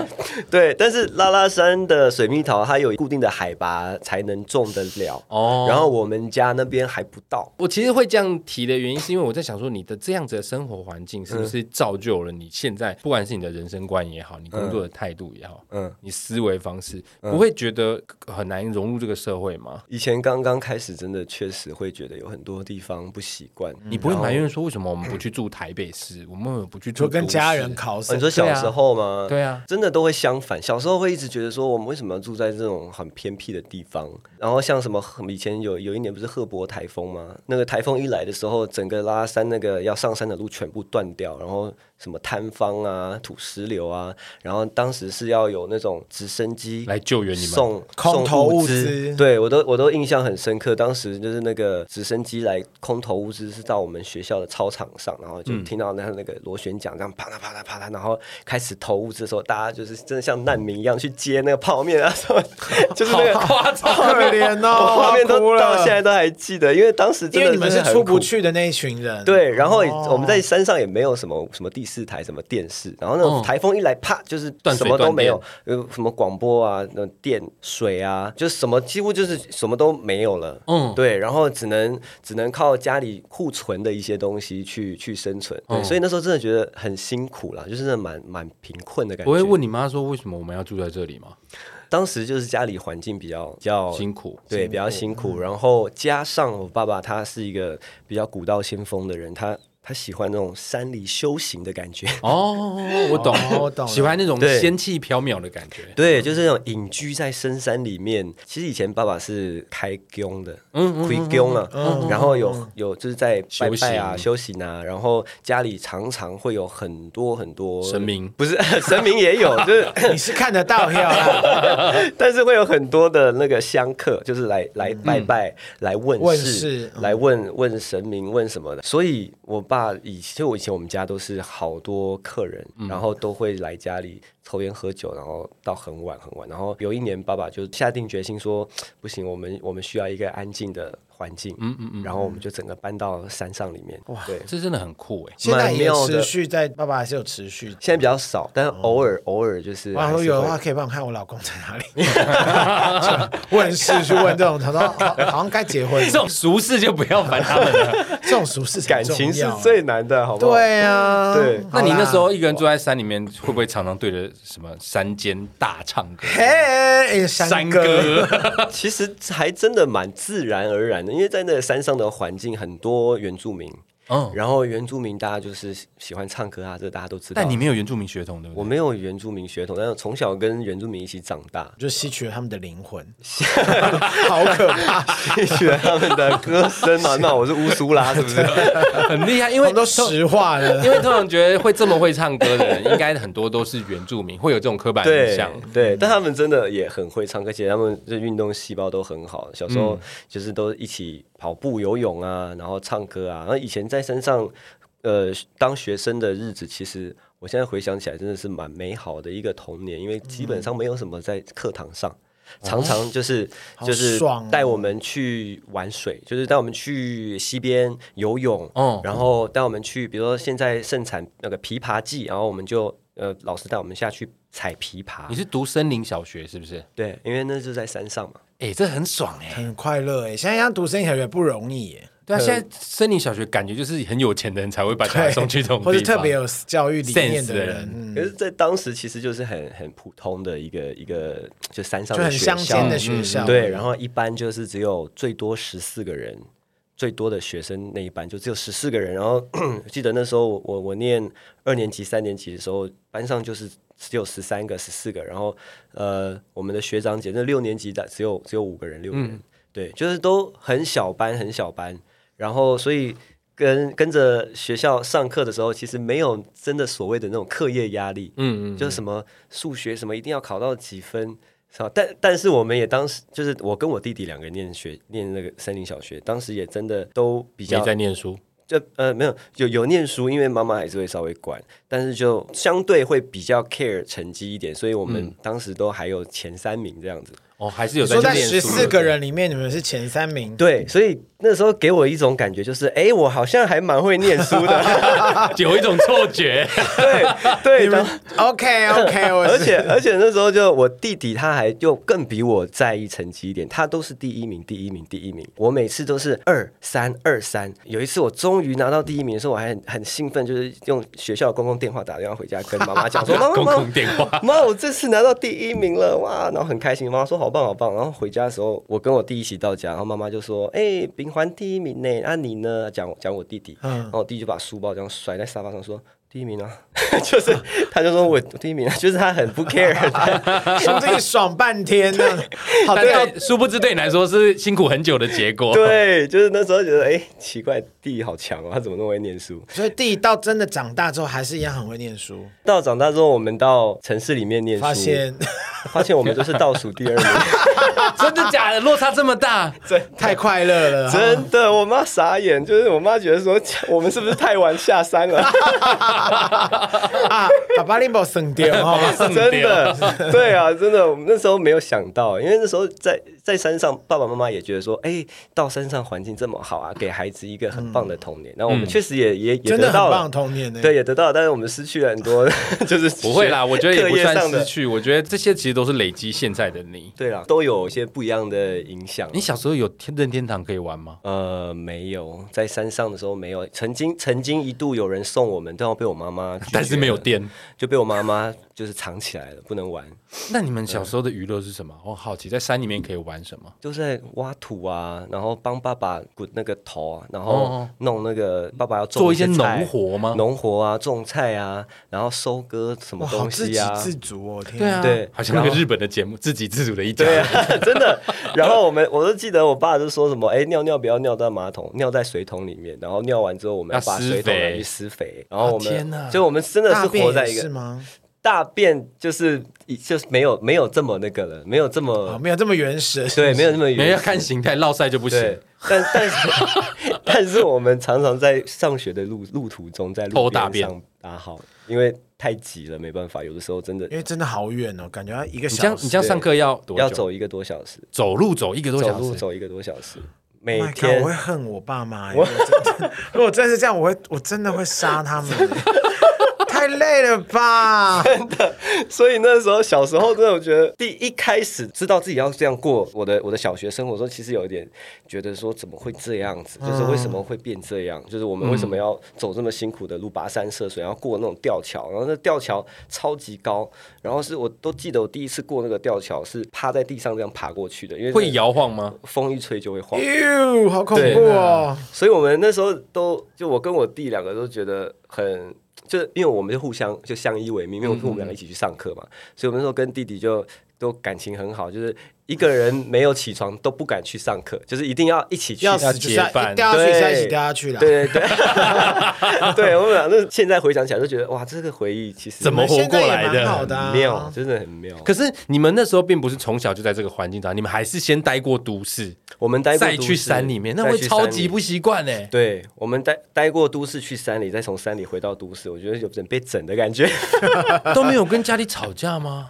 [SPEAKER 3] 对，但是拉拉山的水蜜桃它有固定的海拔才能种得了。
[SPEAKER 1] 哦
[SPEAKER 3] 然后我们家那边还不到。
[SPEAKER 1] 我其实会这样提的原因，是因为我在想说，你的这样子的生活环境是不是造就了你现在，不管是你的人生观也好，你工作的态度也好，
[SPEAKER 3] 嗯
[SPEAKER 1] 嗯，你思维方式，不会觉得很难融入这个社会吗？
[SPEAKER 3] 以前刚刚开始，真的确实会觉得有很多地方不习惯。
[SPEAKER 1] 你不会埋怨说为什么我们不去住台北市，我们为什么不去住
[SPEAKER 2] 就跟
[SPEAKER 1] 都市
[SPEAKER 2] 家 人考试
[SPEAKER 3] 哦你。说小时候吗？
[SPEAKER 1] 对啊
[SPEAKER 3] 真的都会相反。小时候会一直觉得说，我们为什么要住在这种很偏僻的地方？然后像什么以前有有一年不是赫伯台风吗？那个台风一来的时候，整个拉拉山那个要上山的路全部断掉，然后什么塌方啊、土石流啊，然后当时是要有那种直升机
[SPEAKER 1] 来救援你们
[SPEAKER 3] 送
[SPEAKER 2] 空投
[SPEAKER 3] 送
[SPEAKER 2] 物
[SPEAKER 3] 物
[SPEAKER 2] 资
[SPEAKER 3] 对我都我都印象很深刻。当时就是那个直升机来空投物资，是到我们学校的操场上，然后就
[SPEAKER 2] 嗯
[SPEAKER 3] 听到那那个螺旋桨这样啪啦啪啦啪啦，然后开始投物资的时候，大家就是真的像难民一样去接那个泡面啊什么，就 是那个
[SPEAKER 1] 好夸张。
[SPEAKER 2] 可怜 哦，
[SPEAKER 3] 画面
[SPEAKER 2] 哭
[SPEAKER 3] 都到现
[SPEAKER 2] 了。
[SPEAKER 3] 在都还记得，因为当时真
[SPEAKER 2] 因
[SPEAKER 3] 的
[SPEAKER 2] 为你们是
[SPEAKER 3] 很
[SPEAKER 2] 出不
[SPEAKER 3] 苦
[SPEAKER 2] 去的那一群人，
[SPEAKER 3] 对，然后也
[SPEAKER 2] 哦
[SPEAKER 3] 我们在山上也没有什么什么第四台什么电视，然后那
[SPEAKER 1] 哦
[SPEAKER 3] 种台风一来，啪就是
[SPEAKER 1] 断水
[SPEAKER 3] 什么都
[SPEAKER 1] 断
[SPEAKER 3] 没有，有什么广播啊、那电水啊，就是什么几乎就是什么都没有了。
[SPEAKER 1] 嗯
[SPEAKER 3] 对，然后只能只能靠家里库存的一些东西去去生存。对，
[SPEAKER 1] 嗯
[SPEAKER 3] 所以那时候真的觉得很辛苦啦，就是真的蛮蛮贫困的感觉。
[SPEAKER 1] 我会问你妈说为什么我们要住在这里吗？
[SPEAKER 3] 当时就是家里环境比较比较
[SPEAKER 1] 辛苦，
[SPEAKER 3] 哦对，比较辛苦。然后加上我爸爸他是一个比较古道先锋的人，他他喜欢那种山里修行的感觉。
[SPEAKER 1] 哦，我懂，
[SPEAKER 2] 哦我懂了
[SPEAKER 1] 喜欢那种
[SPEAKER 3] 对
[SPEAKER 1] 仙气飘渺的感觉。
[SPEAKER 3] 对，就是那种隐居在深山里面。其实以前爸爸是开工的，嗯，开工啊，然后有有就是在拜拜啊、
[SPEAKER 1] 修
[SPEAKER 3] 修行啊，然后家里常常会有很多很多
[SPEAKER 1] 神明
[SPEAKER 3] 不是 神明也有，就是
[SPEAKER 2] 你是看得到呀啦，
[SPEAKER 3] 但是会有很多的那个香客，就是来来拜拜、来问事、
[SPEAKER 2] 嗯问事嗯
[SPEAKER 3] 来问问神明、问什么的。所以我爸以就我以前我们家都是好多客人，
[SPEAKER 2] 嗯
[SPEAKER 3] 然后都会来家里抽烟喝酒，然后到很晚很晚。然后有一年，爸爸就下定决心说，不行，我们我们需要一个安静的环境。嗯嗯嗯。然后我们就整个搬到山上里面。哇，对。
[SPEAKER 1] 这真的很酷哎！
[SPEAKER 2] 现在
[SPEAKER 3] 蛮
[SPEAKER 2] 也
[SPEAKER 3] 妙的
[SPEAKER 2] 持续 在，爸爸还是有持续。
[SPEAKER 3] 现在比较少，但偶尔、偶尔就是
[SPEAKER 2] 我
[SPEAKER 3] 还
[SPEAKER 2] 想
[SPEAKER 3] 是
[SPEAKER 2] 说哦
[SPEAKER 3] 会。
[SPEAKER 2] 有啊的话可以帮我看我老公在哪 里，就问事去问这种，他说好好像该结婚，
[SPEAKER 1] 这种俗事就不要烦他们了。
[SPEAKER 2] 这种俗事才
[SPEAKER 3] 感情是
[SPEAKER 2] 重要啊
[SPEAKER 3] 最难的，好不好？
[SPEAKER 2] 对啊，
[SPEAKER 3] 对
[SPEAKER 2] 好
[SPEAKER 1] 那
[SPEAKER 2] 啦
[SPEAKER 1] 你那时候一个人住在山里面，会不会常常对着什么山间大唱歌？
[SPEAKER 2] 嘿哎山
[SPEAKER 1] 山
[SPEAKER 2] 哥，，
[SPEAKER 1] 歌，
[SPEAKER 3] 其实还真的蛮自然而然的，因为在那个山上的环境很多原住民，
[SPEAKER 1] 嗯，
[SPEAKER 3] 然后原住民大家就是喜欢唱歌啊，这大家都知 道。
[SPEAKER 1] 但你没有原住民血统，对不
[SPEAKER 3] 我
[SPEAKER 1] 对？
[SPEAKER 3] 没有原住民血统，但是从小跟原住民一起长大
[SPEAKER 2] 就吸取了他们的灵魂， 好可怕。
[SPEAKER 3] 学他们的歌声嘛。那我是乌苏拉，是不是？
[SPEAKER 1] 很厉害，因
[SPEAKER 2] 我
[SPEAKER 1] 为
[SPEAKER 2] 们都实话了，
[SPEAKER 1] 因为通常觉得会这么会唱歌的人，应该很多都是原住民，会有这种刻板印
[SPEAKER 3] 对
[SPEAKER 1] 象。嗯
[SPEAKER 3] 对，但他们真的也很会唱歌，而且他们这运动细胞都很好。小时
[SPEAKER 1] 嗯
[SPEAKER 3] 候就是都一起跑步、游泳啊，然后唱歌啊。然后以前在山上，呃，当学生的日子，其实我现在回想起来，真的是蛮美好的一个童年，因为基本上没有什么在课堂上。
[SPEAKER 1] 哦
[SPEAKER 3] 常常就是、
[SPEAKER 2] 好
[SPEAKER 3] 就是
[SPEAKER 2] 爽哦
[SPEAKER 3] 带我们去玩水，就是带我们去溪边游泳，
[SPEAKER 1] 哦
[SPEAKER 3] 然后带我们去，比如说现在盛产那个枇杷季，然后我们就呃老师带我们下去采枇
[SPEAKER 1] 你
[SPEAKER 3] 杷，
[SPEAKER 1] 是读森林小学是不是？
[SPEAKER 3] 对，因为那就是在山上嘛，
[SPEAKER 1] 哎，这很爽哎！
[SPEAKER 2] 很快乐哎。现在要独生小学不容易耶，
[SPEAKER 1] 对啊，现在森林小学感觉就是很有钱的人才会把小孩送去这种地
[SPEAKER 2] 或
[SPEAKER 1] 方，
[SPEAKER 2] 者特别有教育理念
[SPEAKER 1] sense
[SPEAKER 2] 的
[SPEAKER 1] 的
[SPEAKER 2] 人
[SPEAKER 1] 人，
[SPEAKER 2] 嗯
[SPEAKER 3] 可是，在当时其实就是很很普通的一个一个就山上
[SPEAKER 2] 就
[SPEAKER 3] 的
[SPEAKER 2] 很
[SPEAKER 3] 学
[SPEAKER 2] 乡
[SPEAKER 3] 校
[SPEAKER 2] 间的学校，
[SPEAKER 3] 对，然后一班就是只有最多十四个人，最多的学生那一班就只有十四个人。然后 记得那时候我我我念二年级、三年级的时候，班上就是只有十三个、十四个。然后呃，我们的学长姐那六年级的只有只有五个人、六个人，对，就是都很小班、很小班。然后所以。跟跟着学校上课的时候，其实没有真的所谓的那种课业压力，
[SPEAKER 1] 嗯，嗯嗯，
[SPEAKER 3] 就是什么数学什么一定要考到几分，是吧？但但是我们也当时就是我跟我弟弟两个人念学念那个森林小学，当时也真的都比
[SPEAKER 1] 没
[SPEAKER 3] 较
[SPEAKER 1] 在念书，
[SPEAKER 3] 就呃没有有有念书，因为妈妈还是会稍微管，但是就相对会比较 care 成绩一点，所以我
[SPEAKER 1] 嗯
[SPEAKER 3] 们当时都还有前三名这样子。
[SPEAKER 1] 哦，还是有
[SPEAKER 2] 说在
[SPEAKER 1] 念书
[SPEAKER 2] 十
[SPEAKER 1] 的。
[SPEAKER 2] 四个人里面，你们是前三名，
[SPEAKER 3] 对，所以那时候给我一种感觉就是，哎，我好像还蛮会念书的。
[SPEAKER 1] 有一种错 觉，
[SPEAKER 3] 对对，
[SPEAKER 2] 你
[SPEAKER 3] 然
[SPEAKER 2] 们
[SPEAKER 3] 后
[SPEAKER 2] OK OK，我
[SPEAKER 3] 而
[SPEAKER 2] 是
[SPEAKER 3] 且而且那时候就我弟弟他还就更比我在意成绩一点，他都是第一名，第一名，第一名。我每次都是二三二三。有一次我终于拿到第一名的时候，我还很很兴奋，就是用学校的公共电话打电话回家跟妈 妈讲说：“妈
[SPEAKER 1] 公
[SPEAKER 3] 妈
[SPEAKER 1] 共
[SPEAKER 3] 妈，
[SPEAKER 1] 电话。
[SPEAKER 3] 妈，我这次拿到第一名了哇！”然后很开心，妈妈说：“好棒，好棒。”然后回家的时候，我跟我弟一起到家，然后妈妈就说：“哎、啊丙环第一名呢，那、你呢？”讲讲我弟弟，
[SPEAKER 2] 嗯
[SPEAKER 3] 然后我弟就把书包这样甩在沙发上说：“第一名啊， 就是他就说我第一名啊，就是他很不 care，
[SPEAKER 2] 说这个爽半天呢，好
[SPEAKER 1] 但
[SPEAKER 2] 对 啊，
[SPEAKER 1] 对，殊不知对你来说是辛苦很久的结果。
[SPEAKER 3] 对，就是那时候觉得哎奇怪，弟好强哦，他怎么那么会念书？
[SPEAKER 2] 所以弟到真的长大之后，还是一样很会念书，
[SPEAKER 3] 到长大之后，我们到城市里面念书，
[SPEAKER 2] 发现
[SPEAKER 3] 发现我们就是倒数第 二名，
[SPEAKER 1] 真的假的？落差这么大，
[SPEAKER 2] 太快乐了，
[SPEAKER 3] 真的，我妈傻眼，就是我妈觉得说 我们是不是太晚下山了？
[SPEAKER 2] 啊，把巴林宝省掉 哦。
[SPEAKER 1] 上
[SPEAKER 3] 真
[SPEAKER 1] 吊
[SPEAKER 3] 的， 对啊，真的，我们那时候没有想到，因为那时候在在山上，爸爸妈妈也觉得说，哎、到山上环境这么好啊，给孩子一个很棒的童
[SPEAKER 1] 嗯
[SPEAKER 3] 年。那、我们确实也也也
[SPEAKER 2] 真的
[SPEAKER 3] 得
[SPEAKER 2] 很
[SPEAKER 3] 到
[SPEAKER 2] 棒的
[SPEAKER 3] 了。
[SPEAKER 2] 童年呢、
[SPEAKER 3] 对，也得到了，但是我们失去了很多， 就是
[SPEAKER 1] 不会啦，我觉得也
[SPEAKER 3] 课
[SPEAKER 1] 不
[SPEAKER 3] 业
[SPEAKER 1] 算
[SPEAKER 3] 上
[SPEAKER 1] 失
[SPEAKER 3] 的。
[SPEAKER 1] 去，我觉得这些其实都是累积现在的你。
[SPEAKER 3] 对啦，都有一些不一样的影响。
[SPEAKER 1] 你小时候有天任天堂可以玩吗？
[SPEAKER 3] 呃，没有，在山上的时候没有。曾经曾经一度有人送我们，但我被我妈妈拒绝了，
[SPEAKER 1] 但是没有电。
[SPEAKER 3] 就被我妈妈就是藏起来了，不能玩。
[SPEAKER 1] 那你们小时候的娱乐是什么？我好奇，在山里面可以玩什么？
[SPEAKER 3] 就是在挖土啊，然后帮爸爸滚那个头啊，然
[SPEAKER 1] 哦
[SPEAKER 3] 后弄那个爸爸要种
[SPEAKER 1] 做一些
[SPEAKER 3] 菜
[SPEAKER 1] 农活吗
[SPEAKER 3] 农活啊，种菜啊，然后收割什么
[SPEAKER 2] 哇，好
[SPEAKER 3] 东
[SPEAKER 2] 自
[SPEAKER 3] 西
[SPEAKER 2] 给
[SPEAKER 3] 啊。
[SPEAKER 2] 自足哦，天
[SPEAKER 1] 对啊，
[SPEAKER 3] 对
[SPEAKER 1] 好像那个日本的节目，自给自足的一家。
[SPEAKER 3] 对啊， 真的。然后我们，我就记得我爸就说什么，哎，尿尿不要尿在马桶，尿在水桶里面。然后尿完之后，我们
[SPEAKER 1] 要
[SPEAKER 3] 要把
[SPEAKER 1] 施
[SPEAKER 3] 水桶拿
[SPEAKER 1] 肥啊
[SPEAKER 3] 去施肥。然后我们，
[SPEAKER 1] 天哪
[SPEAKER 3] 就我们真的
[SPEAKER 2] 大
[SPEAKER 3] 是
[SPEAKER 2] 便
[SPEAKER 3] 活在
[SPEAKER 2] 也
[SPEAKER 3] 一
[SPEAKER 2] 是
[SPEAKER 3] 个
[SPEAKER 2] 吗？
[SPEAKER 3] 大便，就是就是没有没有这么那个了，没有这
[SPEAKER 2] 哦，
[SPEAKER 1] 啊
[SPEAKER 3] 么
[SPEAKER 2] 没有这么原始。
[SPEAKER 3] 对，没有这么
[SPEAKER 1] 你
[SPEAKER 3] 原
[SPEAKER 1] 要
[SPEAKER 3] 始
[SPEAKER 1] 看形态，落晒就不
[SPEAKER 3] 对啊
[SPEAKER 1] 行。，
[SPEAKER 3] 但但是 但是我们常常在上学的路路途中，在
[SPEAKER 1] 偷
[SPEAKER 3] 路
[SPEAKER 1] 大便
[SPEAKER 3] 边上打好，因为太急了，没办法，有的时候真的
[SPEAKER 2] 因为真的好远哦，感觉要一
[SPEAKER 1] 你这
[SPEAKER 2] 个小
[SPEAKER 1] 样，
[SPEAKER 2] 时。
[SPEAKER 1] 你这样上课要多久？
[SPEAKER 3] 要走一个多小时，
[SPEAKER 1] 走路走一个多
[SPEAKER 3] 走
[SPEAKER 1] 小
[SPEAKER 3] 路
[SPEAKER 1] 时，
[SPEAKER 3] 走一个多小时，
[SPEAKER 2] Oh
[SPEAKER 3] 每
[SPEAKER 2] my god！
[SPEAKER 3] 天
[SPEAKER 2] 我会恨我爸妈耶，我真的如果真是这样，我会我真的会杀 他们耶，太累了吧？
[SPEAKER 3] 所以那时候小时候真的，我觉得第一开始知道自己要这样过我的我的小学生活的时候，其实有一点觉得说怎么会这样
[SPEAKER 1] 嗯
[SPEAKER 3] 子，就是为什么会变这样，就是我们为什么要走这么辛苦的路，跋山涉水，然后过那种吊桥，然后那吊桥超级高，然后是我都记得我第一次过那个吊桥是趴在地上这样爬过去的，因为
[SPEAKER 1] 会，摇晃吗？
[SPEAKER 3] 风一吹就会晃。
[SPEAKER 2] 哟，好恐怖哦！
[SPEAKER 3] 所以我们那时候都就我跟我弟两个都觉得很，就是因为我们就互相就相依为命，因为我们两个一起去上课嘛，所以我们那时候跟弟弟就都感情很好，就是一个人没有起床都不敢去上课，就是一定要一起去。
[SPEAKER 2] 要死就是要
[SPEAKER 1] 要结伴
[SPEAKER 2] 一掉下去，
[SPEAKER 3] 对
[SPEAKER 2] 下一起掉下去了。
[SPEAKER 3] 对对对， 对我们俩那现在回想起来就觉得哇，这个回忆其实
[SPEAKER 1] 怎么活过来的
[SPEAKER 2] 现在也蛮好的、
[SPEAKER 3] 很
[SPEAKER 2] 啊，
[SPEAKER 3] 妙，真的很妙。
[SPEAKER 1] 可是你们那时候并不是从小就在这个环境长，你们还是先待过都市，
[SPEAKER 3] 我们待过
[SPEAKER 1] 再
[SPEAKER 3] 都
[SPEAKER 1] 去
[SPEAKER 3] 市
[SPEAKER 1] 山里面，那
[SPEAKER 3] 再
[SPEAKER 1] 会
[SPEAKER 3] 去
[SPEAKER 1] 超
[SPEAKER 3] 山
[SPEAKER 1] 级
[SPEAKER 3] 里
[SPEAKER 1] 不习惯哎。
[SPEAKER 3] 对我们待待过都市，去山里，再从山里回到都市，我觉得有点被整 的感觉。
[SPEAKER 1] 都没有跟家里吵架吗？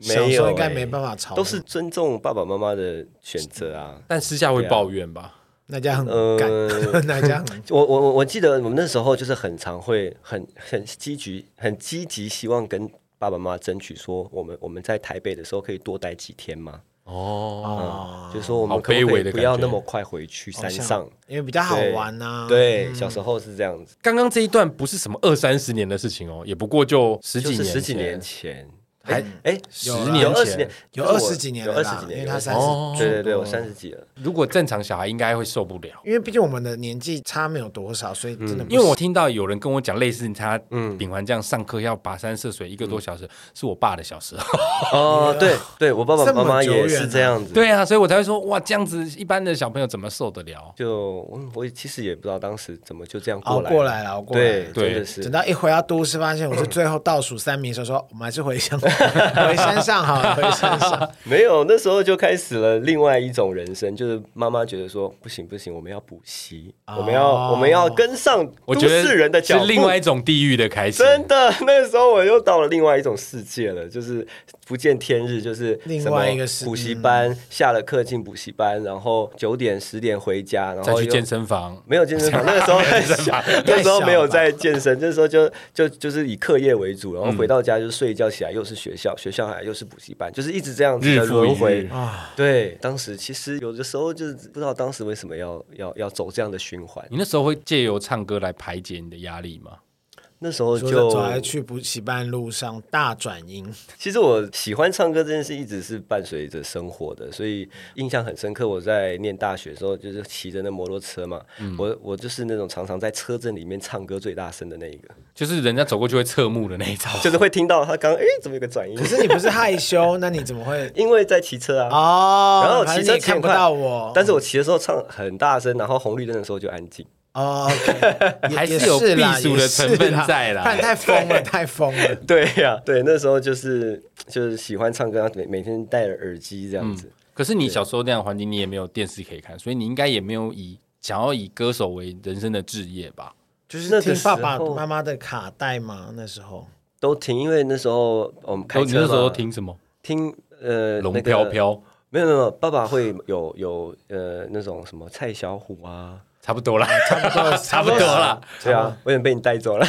[SPEAKER 2] 小
[SPEAKER 3] 没
[SPEAKER 2] 时
[SPEAKER 3] 有、
[SPEAKER 2] 候应该
[SPEAKER 3] 欸
[SPEAKER 2] 没办法吵，
[SPEAKER 3] 都是尊重爸爸妈妈的选择啊。
[SPEAKER 1] 但私下会抱怨吧。
[SPEAKER 2] 那家很干，
[SPEAKER 3] 呃
[SPEAKER 2] 那家很
[SPEAKER 3] 我我我我记得我们那时候就是很常会很很积极很积极，希望跟爸爸妈妈争取说，我们我们在台北的时候可以多待几天吗？
[SPEAKER 1] 哦，
[SPEAKER 2] 哦，
[SPEAKER 3] 嗯就是说我
[SPEAKER 1] 好
[SPEAKER 3] 们可不
[SPEAKER 1] 卑
[SPEAKER 3] 可
[SPEAKER 1] 微
[SPEAKER 3] 以
[SPEAKER 1] 的
[SPEAKER 3] 不
[SPEAKER 1] 感
[SPEAKER 3] 要
[SPEAKER 1] 觉
[SPEAKER 3] 那么快回去山上？
[SPEAKER 2] 因为比较好玩呐、啊。
[SPEAKER 3] 对，小时候是这样子，
[SPEAKER 1] 刚刚这一段不是什么二三十年的事情哦，也不过就十几
[SPEAKER 3] 就是
[SPEAKER 1] 年，
[SPEAKER 3] 十几年。前。
[SPEAKER 1] 还
[SPEAKER 3] 哎，
[SPEAKER 1] 十
[SPEAKER 3] 有
[SPEAKER 1] 年
[SPEAKER 3] 二
[SPEAKER 1] 前
[SPEAKER 3] 十年，
[SPEAKER 2] 啊有
[SPEAKER 3] 就是我
[SPEAKER 2] 二十几年
[SPEAKER 3] 有
[SPEAKER 2] 了
[SPEAKER 3] 二十
[SPEAKER 2] 啦
[SPEAKER 3] 几，
[SPEAKER 2] 因
[SPEAKER 3] 年，
[SPEAKER 2] 为
[SPEAKER 3] 有
[SPEAKER 2] 他
[SPEAKER 3] 二十
[SPEAKER 2] 三十、
[SPEAKER 1] 哦
[SPEAKER 3] 对对对，我三 十几了，
[SPEAKER 1] 如果正常小孩应该会受不了。
[SPEAKER 3] 嗯
[SPEAKER 2] 因为毕竟我们的年纪差没有多少，所以真的不
[SPEAKER 1] 因为我听到有人跟我讲类似他
[SPEAKER 3] 嗯
[SPEAKER 1] 丙环这样上课要跋山涉水一个多小时，是我爸的小时候。
[SPEAKER 3] 哦，对对，我爸爸
[SPEAKER 2] 这么
[SPEAKER 3] 妈妈
[SPEAKER 2] 久
[SPEAKER 3] 也
[SPEAKER 2] 远
[SPEAKER 3] 是
[SPEAKER 2] 啊
[SPEAKER 3] 这样 子，
[SPEAKER 1] 对啊，所以我才会说哇，这样子一般的小朋友怎么受得了？
[SPEAKER 3] 就嗯我也其实也不知道当时怎么就这样
[SPEAKER 2] 熬
[SPEAKER 3] 来，
[SPEAKER 2] 哦过来了，熬过来
[SPEAKER 3] 对
[SPEAKER 2] 了。，
[SPEAKER 1] 对
[SPEAKER 3] 真的
[SPEAKER 2] 等
[SPEAKER 3] 是。
[SPEAKER 2] 到一回到都市，发现我是最后倒数三名的时候，说我们还是回 乡，回山上好了，回山上。
[SPEAKER 3] 没有，那时候就开始了另外一种人生，就是妈妈觉得说不行不行，我们要补习，我们要
[SPEAKER 2] 哦
[SPEAKER 3] 我们要跟上
[SPEAKER 1] 我
[SPEAKER 3] 都
[SPEAKER 1] 觉
[SPEAKER 3] 市人的
[SPEAKER 1] 得
[SPEAKER 3] 脚
[SPEAKER 1] 是
[SPEAKER 3] 步。
[SPEAKER 1] 另外一种地狱的开始。
[SPEAKER 3] 真的，那时候我又到了另外一种世界了，就是不见天日，就是
[SPEAKER 2] 另
[SPEAKER 3] 什么
[SPEAKER 2] 外一个世嗯
[SPEAKER 3] 补习班，下了课进补习班，然后九点十点回家，然后
[SPEAKER 1] 再去
[SPEAKER 3] 又
[SPEAKER 1] 健身房，
[SPEAKER 3] 没有健身房，那个时候很小，那时候没有在健身，那时候就就就是以课业为主，然后回到家就睡觉，起来又是学校，学校来又是补习班，就是一直这样子的
[SPEAKER 1] 日复一日
[SPEAKER 3] 轮回
[SPEAKER 2] 啊。
[SPEAKER 3] 对，当时其实有的时候就是不知道当时为什么要要要走这样的循环。
[SPEAKER 1] 你那时候会借由唱歌来排解你的压力吗？
[SPEAKER 3] 那时候
[SPEAKER 2] 说是
[SPEAKER 3] 就
[SPEAKER 2] 走在去补习班路上大转音，
[SPEAKER 3] 其实我喜欢唱歌这件事一直是伴随着生活的，所以印象很深刻。我在念大学的时候，就是骑着那摩托车嘛，我我就是那种常常在车阵里面唱歌最大声的那一个，
[SPEAKER 1] 就是人家走过去会侧目的那一种。
[SPEAKER 3] 就是会听到他刚哎怎么有个转音
[SPEAKER 2] 可，是你不是害羞，那你怎么会？
[SPEAKER 3] 因为在骑车啊。
[SPEAKER 2] 哦，
[SPEAKER 3] 然后我
[SPEAKER 2] 反
[SPEAKER 3] 骑
[SPEAKER 2] 正你
[SPEAKER 3] 车
[SPEAKER 2] 也
[SPEAKER 3] 骑
[SPEAKER 2] 看
[SPEAKER 3] 很
[SPEAKER 2] 不
[SPEAKER 3] 快
[SPEAKER 2] 到我，
[SPEAKER 3] 但是我骑的时候唱很大声，然后红绿灯的时候就安静。
[SPEAKER 2] 哦，OK，也
[SPEAKER 1] 还是
[SPEAKER 2] 也
[SPEAKER 1] 有
[SPEAKER 2] 是啦
[SPEAKER 1] 避暑的成分在啦
[SPEAKER 2] 不然太疯了，太疯了。
[SPEAKER 3] 对呀、对，那时候就是就是喜欢唱歌，然后每每天戴着耳机这样子。
[SPEAKER 1] 可是你小时候那样的环境，你也没有电视可以看，所以你应该也没有以想要以歌手为人生的志业吧？
[SPEAKER 2] 就是
[SPEAKER 3] 那个
[SPEAKER 2] 听
[SPEAKER 3] 时
[SPEAKER 2] 爸爸
[SPEAKER 3] 候
[SPEAKER 2] 妈妈的卡带嘛，那时候
[SPEAKER 3] 都听，因为那时候我们开
[SPEAKER 1] 哦，你
[SPEAKER 3] 车嘛，
[SPEAKER 1] 那时候听什么？
[SPEAKER 3] 听呃
[SPEAKER 1] 龙飘，
[SPEAKER 3] 那个
[SPEAKER 1] 飘，
[SPEAKER 3] 没有没有没有，爸爸会有有呃那种什么蔡小虎啊，
[SPEAKER 1] 差不多啦，差不多， 差不多啦。
[SPEAKER 3] 对啊，我有点被你带走了，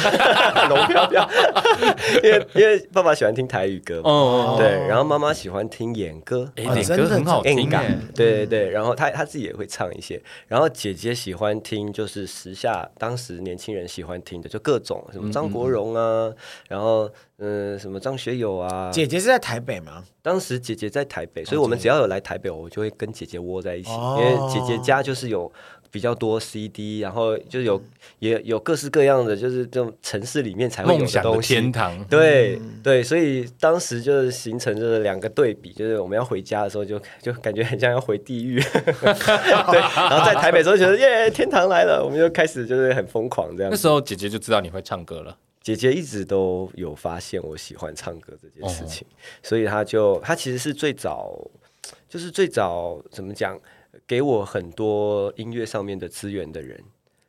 [SPEAKER 3] 龙飘飘，因为因为爸爸喜欢听台语歌嘛，
[SPEAKER 1] 哦，
[SPEAKER 3] 对，然后妈妈喜欢听演歌。
[SPEAKER 1] 哎，
[SPEAKER 2] 哦
[SPEAKER 1] 你
[SPEAKER 2] 真
[SPEAKER 1] 歌
[SPEAKER 2] 的
[SPEAKER 1] 很好
[SPEAKER 3] 演
[SPEAKER 1] 听
[SPEAKER 3] 歌
[SPEAKER 1] 哎，
[SPEAKER 3] 对对对，然后她她自己也会唱一些，然后姐姐喜欢听就是时下当时年轻人喜欢听的，就各种什么张国荣啊，然后嗯、呃什么张学友啊，
[SPEAKER 2] 姐姐是在台北嘛，
[SPEAKER 3] 当时姐姐在台北，所以我们只要有来台北，我就会跟姐姐窝在一起，
[SPEAKER 2] 哦
[SPEAKER 3] 因为姐姐家就是有比较多 CD，然后就有也有各式各样的，就是这种城市里面才会有
[SPEAKER 1] 梦想的
[SPEAKER 3] 东
[SPEAKER 1] 天
[SPEAKER 3] 西。
[SPEAKER 1] 堂。
[SPEAKER 3] 对对，所以当时就是形成就是两个对比，就是我们要回家的时候就就感觉很像要回地狱， 对，然后在台北的时候觉得耶天堂来了，我们就开始就是很疯狂这样
[SPEAKER 1] 那。时候姐姐就知道你会唱歌了，
[SPEAKER 3] 姐姐一直都有发现我喜欢唱歌这件事
[SPEAKER 2] 哦
[SPEAKER 3] 情，所以她就她其实是最早，就是最早怎么讲，给我很多音乐上面的资源的人，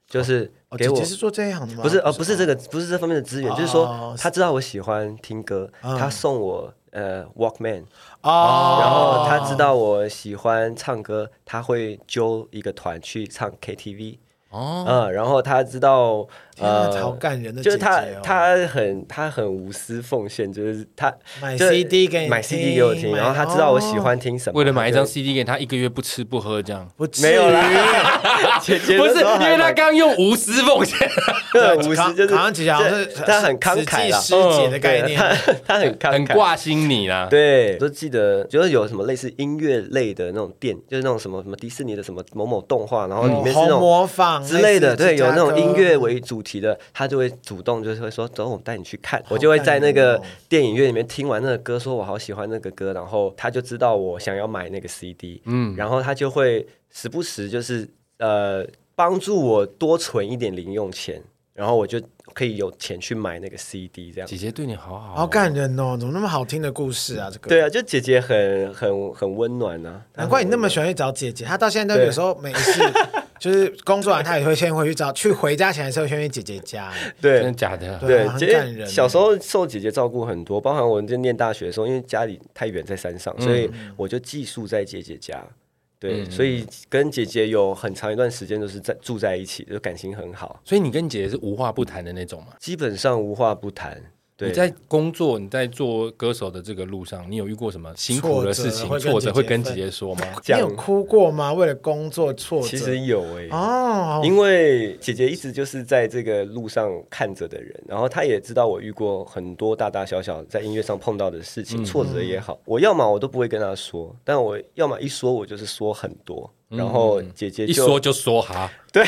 [SPEAKER 3] 就是
[SPEAKER 2] 哦，姐
[SPEAKER 3] 给我、
[SPEAKER 2] 姐是做这一行的吗？
[SPEAKER 3] 不是呃不是这个不是这方面的资源，
[SPEAKER 2] 哦嗯
[SPEAKER 3] 就是说她知道我喜欢听歌，她送我呃 Walkman，
[SPEAKER 2] 哦，
[SPEAKER 3] 然后她知道我喜欢唱歌，她会揪一个团去唱 KTV，
[SPEAKER 1] 哦
[SPEAKER 3] 嗯，然后她知道
[SPEAKER 2] 天啊
[SPEAKER 3] 呃
[SPEAKER 2] 好感人的姐
[SPEAKER 3] 就是
[SPEAKER 2] 姐
[SPEAKER 3] 他
[SPEAKER 2] 哦，
[SPEAKER 3] 他很他很无私奉献，就是他
[SPEAKER 2] 买
[SPEAKER 3] 就是
[SPEAKER 2] CD 给你
[SPEAKER 3] 买 CD 给我听，
[SPEAKER 2] 听哦
[SPEAKER 3] 然后他知道我喜欢听什么，
[SPEAKER 1] 为了买一张
[SPEAKER 3] 他
[SPEAKER 1] CD 给她，一个月不吃不喝这样。
[SPEAKER 2] 不至
[SPEAKER 3] 没有啦
[SPEAKER 2] 于
[SPEAKER 3] 就 姐姐
[SPEAKER 1] 不
[SPEAKER 3] 那
[SPEAKER 1] 是，
[SPEAKER 3] 时候还
[SPEAKER 1] 因为她
[SPEAKER 3] 蛮
[SPEAKER 1] 刚用无私奉献，
[SPEAKER 3] 对无私，就是
[SPEAKER 2] 好像姐姐好像是
[SPEAKER 3] 对他很慷慨啦嗯
[SPEAKER 2] 慈济师姐的概
[SPEAKER 3] 对他
[SPEAKER 2] 念，啊
[SPEAKER 3] 他很慷
[SPEAKER 1] 很
[SPEAKER 3] 慨。
[SPEAKER 1] 挂心你啦。
[SPEAKER 3] 对，我都记得，就是有什么类似音乐类的那种店，就是那种什么什么迪士尼的什么某某动画，然后里面是那
[SPEAKER 2] 红
[SPEAKER 3] 种
[SPEAKER 2] 哦模仿
[SPEAKER 3] 哦之类的，对，有那种音乐
[SPEAKER 2] 我
[SPEAKER 3] 为主题的，他就会主动就是会说，走，我带你去看。我就会在那个电影院里面听完那个歌，说我好喜欢那个歌，然后他就知道我想要买那个 CD，嗯，然后他就会时不时就是呃帮助我多存一点零用钱，然后我就可以有钱去买那个 CD 这样。
[SPEAKER 1] 姐姐对你好好哦，
[SPEAKER 2] 好感人哦，怎么那么好听的故事啊？这个
[SPEAKER 3] 对啊，就姐姐很很很温暖啊，
[SPEAKER 2] 难怪你那么喜欢去找姐姐，她到现在都有时候没事， 就是工作完她也会先回去找，去回家前还是会先去姐姐家。
[SPEAKER 1] 真的
[SPEAKER 3] 对。
[SPEAKER 1] 假的？
[SPEAKER 2] 对
[SPEAKER 3] 对
[SPEAKER 2] 啊，很
[SPEAKER 3] 姐
[SPEAKER 2] 感人
[SPEAKER 3] 小时候受姐姐照顾很多，包含我在念大学的时候，因为家里太远在山上，所
[SPEAKER 2] 嗯
[SPEAKER 3] 以我就寄宿在姐姐家。对，所以跟姐姐有很长一段时间都是在住在一起，就感情很好，
[SPEAKER 1] 所以你跟姐姐是无话不谈的那种嘛？
[SPEAKER 3] 基本上无话不谈。对，
[SPEAKER 1] 你在工作，你在做歌手的这个路上，你有遇过什么辛苦的事情
[SPEAKER 2] 挫、折
[SPEAKER 1] 挫折？会
[SPEAKER 2] 会
[SPEAKER 1] 跟
[SPEAKER 2] 跟
[SPEAKER 1] 姐
[SPEAKER 2] 姐姐
[SPEAKER 1] 姐说吗？
[SPEAKER 2] 你
[SPEAKER 3] 讲
[SPEAKER 2] 有哭过吗？为了工作挫折？
[SPEAKER 3] 其实有欸诶、
[SPEAKER 2] 哦，
[SPEAKER 3] 因为姐姐一直就是在这个路上看着的人，然后她也知道我遇过很多大大小小在音乐上碰到的
[SPEAKER 1] 嗯
[SPEAKER 3] 事情，挫折也好，我要么我都不会跟她说，但我要么一说我就是说很多，然后姐姐就
[SPEAKER 1] 嗯一说就说哈，
[SPEAKER 3] 对，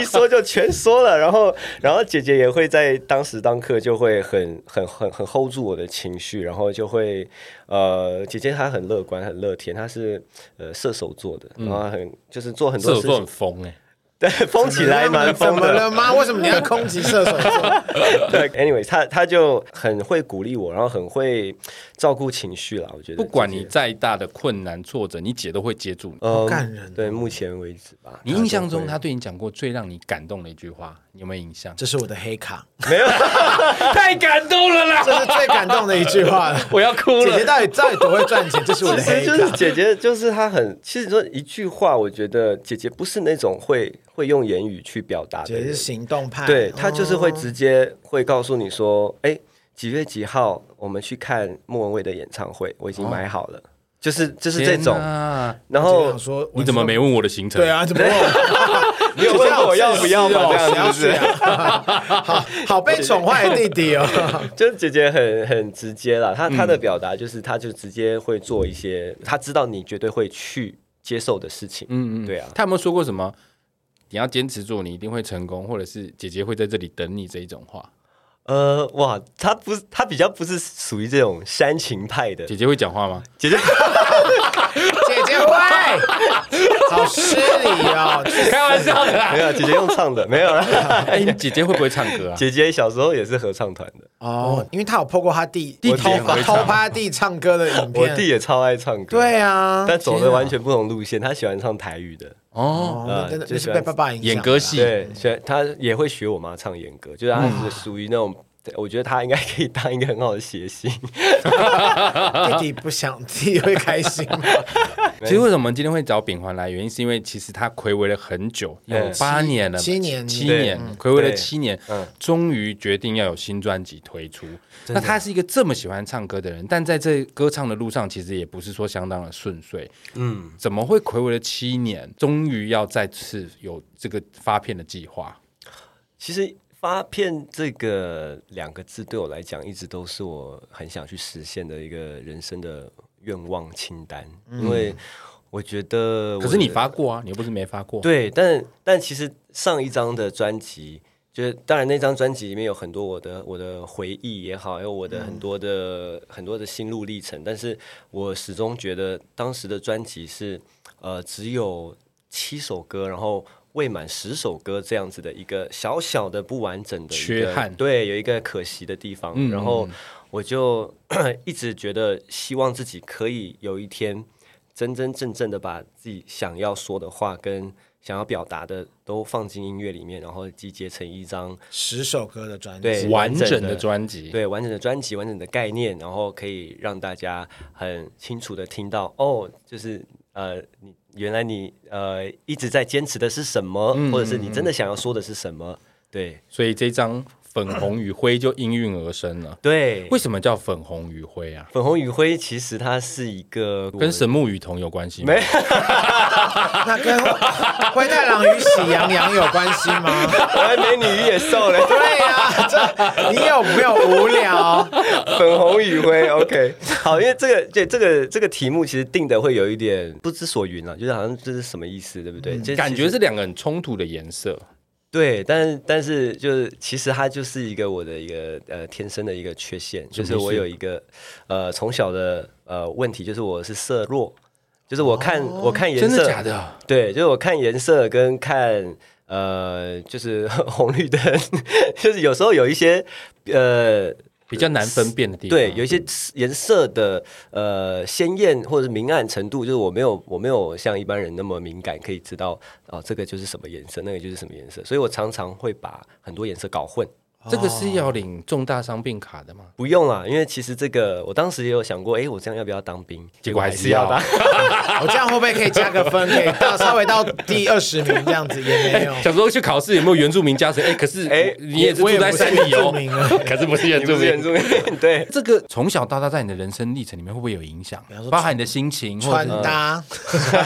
[SPEAKER 3] 一说就全说了。然后，然后姐姐也会在当时当刻就会很很很很 hold 住我的情绪，然后就会呃，姐姐她很乐观，很乐天，她是呃射手座的，
[SPEAKER 1] 嗯
[SPEAKER 3] 然后很就是做很
[SPEAKER 1] 射
[SPEAKER 3] 多
[SPEAKER 1] 手
[SPEAKER 3] 事
[SPEAKER 1] 座
[SPEAKER 3] 情
[SPEAKER 1] 很，疯哎，
[SPEAKER 3] 对，疯起来蛮
[SPEAKER 2] 怎
[SPEAKER 3] 疯
[SPEAKER 2] 么了
[SPEAKER 3] 的。
[SPEAKER 2] 吗？为什么你要攻击射手座？
[SPEAKER 3] 对，anyway，她她就很会鼓励我，然后很会照顾情绪啦。我觉得
[SPEAKER 1] 不管
[SPEAKER 3] 姐姐
[SPEAKER 1] 你再大的困难挫折，你姐都会接住你。
[SPEAKER 3] 嗯
[SPEAKER 2] 好感人哦
[SPEAKER 3] 对，目前为止吧，
[SPEAKER 1] 你
[SPEAKER 3] 她就
[SPEAKER 1] 印象中
[SPEAKER 3] 会
[SPEAKER 1] 她对你讲过最让你感动的一句话，你有没有印象？
[SPEAKER 2] 这是我的黑卡，
[SPEAKER 1] 太感动了啦！
[SPEAKER 2] 这是最感动的一句话了。
[SPEAKER 1] 我要哭
[SPEAKER 2] 姐
[SPEAKER 1] 了
[SPEAKER 2] 姐。到底到底多会赚钱？这是我的黑
[SPEAKER 3] 其实就是
[SPEAKER 2] 卡。
[SPEAKER 3] 姐姐，就是她很，其实说一句话，我觉得姐姐不是那种会会用言语去表达的
[SPEAKER 2] 姐姐
[SPEAKER 3] 人
[SPEAKER 2] 是，行动派，
[SPEAKER 3] 对
[SPEAKER 2] 哦
[SPEAKER 3] 她就是会直接会告诉你说，哎、几月几号我们去看莫文蔚的演唱会，我已经买好了。就是就是这种
[SPEAKER 1] 哦天。哪
[SPEAKER 3] 然
[SPEAKER 2] 我
[SPEAKER 3] 后
[SPEAKER 2] 想说，
[SPEAKER 1] 你怎么没问我的行程？
[SPEAKER 2] 对，啊？怎么问？
[SPEAKER 3] 你有问我要不要嘛？这样子
[SPEAKER 2] 是
[SPEAKER 3] 是不是？
[SPEAKER 2] 啊？好好被宠坏的弟弟 哦。
[SPEAKER 3] 就是姐姐很很直接啦，她她的表达就是，她就直接会做一些，她知道你绝对会去接受的事情。
[SPEAKER 1] 嗯嗯，
[SPEAKER 3] 对啊
[SPEAKER 1] 他有没有说过什么？你要坚持做，你一定会成功，或者是姐姐会在这里等你这一种话，
[SPEAKER 3] 呃，哇，她不是，她比较不是属于这种煽情派的
[SPEAKER 1] 姐姐会讲话吗？
[SPEAKER 3] 姐姐，
[SPEAKER 2] 姐姐会，好失礼哦。
[SPEAKER 1] 开玩笑的啦。
[SPEAKER 3] 没有，姐姐用唱的没有 啦。
[SPEAKER 1] 哎，你姐姐会不会唱歌啊？
[SPEAKER 3] 姐姐小时候也是合唱团的，
[SPEAKER 2] 哦，因为他有破过他弟
[SPEAKER 1] 弟
[SPEAKER 2] 弟
[SPEAKER 1] 弟
[SPEAKER 2] 偷
[SPEAKER 1] 很会唱
[SPEAKER 2] 偷拍他弟唱歌的影
[SPEAKER 3] 我
[SPEAKER 2] 片。
[SPEAKER 3] 弟也超爱唱歌。
[SPEAKER 2] 对啊，
[SPEAKER 3] 但走
[SPEAKER 1] 啊天
[SPEAKER 3] 的
[SPEAKER 1] 啊
[SPEAKER 3] 完全不同路线，他喜欢唱台语的，
[SPEAKER 1] 哦，
[SPEAKER 2] 哦，
[SPEAKER 3] 呃
[SPEAKER 2] 那真的
[SPEAKER 3] 就
[SPEAKER 2] 你
[SPEAKER 3] 喜
[SPEAKER 2] 是
[SPEAKER 3] 欢
[SPEAKER 2] 被爸爸影响的啦。
[SPEAKER 1] 演歌系
[SPEAKER 3] 对，喜欢他也会学我妈唱演歌，就是他是属于那种，我觉得他应该可以当一个很好的谐星。
[SPEAKER 2] 弟弟不想，弟弟会开心吗？
[SPEAKER 1] 其实为什么我们今天会找秉环来，原因是因为其实他暌违了很久，有
[SPEAKER 3] 嗯
[SPEAKER 1] 八年了，
[SPEAKER 2] 七七年
[SPEAKER 1] 七
[SPEAKER 3] 对
[SPEAKER 1] 年
[SPEAKER 3] 嗯，
[SPEAKER 1] 暌违了
[SPEAKER 3] 对
[SPEAKER 1] 七年
[SPEAKER 3] 嗯，
[SPEAKER 1] 终于决定要有新专辑推出。那他是一个这么喜欢唱歌的人，但在这歌唱的路上，其实也不是说相当的顺遂。
[SPEAKER 3] 嗯，
[SPEAKER 1] 怎么会暌违了七年，终于要再次有这个发片的计划？
[SPEAKER 3] 其实发片这个两个字对我来讲，一直都是我很想去实现的一个人生的愿望清单，因为我觉得我
[SPEAKER 1] 嗯
[SPEAKER 3] 的，
[SPEAKER 1] 可是你发过啊，你又不是没发过。
[SPEAKER 3] 对，但但其实上一张的专辑，就是当然那张专辑里面有很多我的我的回忆也好，还有我的
[SPEAKER 1] 嗯
[SPEAKER 3] 很多的、很多的心路历程，但是我始终觉得当时的专辑是呃只有七首歌，然后。未满十首歌这样子的一个小小的不完整的一个
[SPEAKER 1] 缺憾
[SPEAKER 3] 对，有一个可惜的地方。
[SPEAKER 1] 嗯
[SPEAKER 3] 然后我就 一直觉得，希望自己可以有一天真真正正的把自己想要说的话跟想要表达的都放进音乐里面，然后集结成一张
[SPEAKER 2] 十首歌的专
[SPEAKER 3] 对
[SPEAKER 2] 辑，
[SPEAKER 1] 完整
[SPEAKER 3] 完整
[SPEAKER 1] 的
[SPEAKER 3] 的
[SPEAKER 1] 专辑，
[SPEAKER 3] 对完整的专辑、完整的概念，然后可以让大家很清楚的听到哦，就是呃，你原来你呃一直在坚持的是什么，
[SPEAKER 1] 嗯
[SPEAKER 3] 或者是你真的想要说的是什么？对
[SPEAKER 1] 所以这张《粉红与灰》就应运而生了。
[SPEAKER 3] 对，
[SPEAKER 1] 为什么叫粉红与灰啊？
[SPEAKER 3] 粉红与灰其实它是一个
[SPEAKER 1] 跟神木与瞳有关系吗？
[SPEAKER 3] 没
[SPEAKER 2] 那跟灰太狼与喜羊羊有关系吗？
[SPEAKER 3] 我还美女与野兽嘞，
[SPEAKER 2] 对呀，这你有没有无聊？
[SPEAKER 3] 粉红与灰，OK，好，因为这个这这个这个题目其实定的会有一点不知所云了，啊就是好像这是什么意思，对不对？就其实
[SPEAKER 1] 嗯感觉是两个很冲突的颜色。
[SPEAKER 3] 对，但是但是就是其实它就是一个我的一个呃天生的一个缺陷，就是我有一个呃从小的呃问题，就是我是色弱，就是我看、我看颜色，
[SPEAKER 1] 哦真的假的？
[SPEAKER 3] 对，就是我看颜色跟看呃就是 红绿灯，就是有时候有一些呃
[SPEAKER 1] 比较难分辨的地方。嗯
[SPEAKER 3] 对，有一些颜色的呃鲜艳或者是明暗程度，就是我没有我没有像一般人那么敏感，可以知道哦这个就是什么颜色，那个就是什么颜色，所以我常常会把很多颜色搞混。
[SPEAKER 1] 哦这个是要领重大伤病卡的吗？
[SPEAKER 3] 不用啦，因为其实这个我当时也有想过，哎，我这样要不要当兵？
[SPEAKER 1] 结果还是要
[SPEAKER 3] 当。
[SPEAKER 2] 我这样会不会可以加个分，可以到稍微到第二十名这样子也 没有。
[SPEAKER 1] 小时候去考试有没有原住民加成？哎，可是
[SPEAKER 3] 哎
[SPEAKER 1] 我你也是住在山里
[SPEAKER 2] 我
[SPEAKER 1] 哦
[SPEAKER 2] 我也不是原住民，啊
[SPEAKER 1] 可是不是原
[SPEAKER 3] 你
[SPEAKER 1] 住
[SPEAKER 3] 不是原
[SPEAKER 1] 民。
[SPEAKER 3] 住民， 对，
[SPEAKER 1] 这个从小到大在你的人生历程里面会不会有影响？包含你的心情，或
[SPEAKER 2] 穿
[SPEAKER 1] 者是
[SPEAKER 2] 搭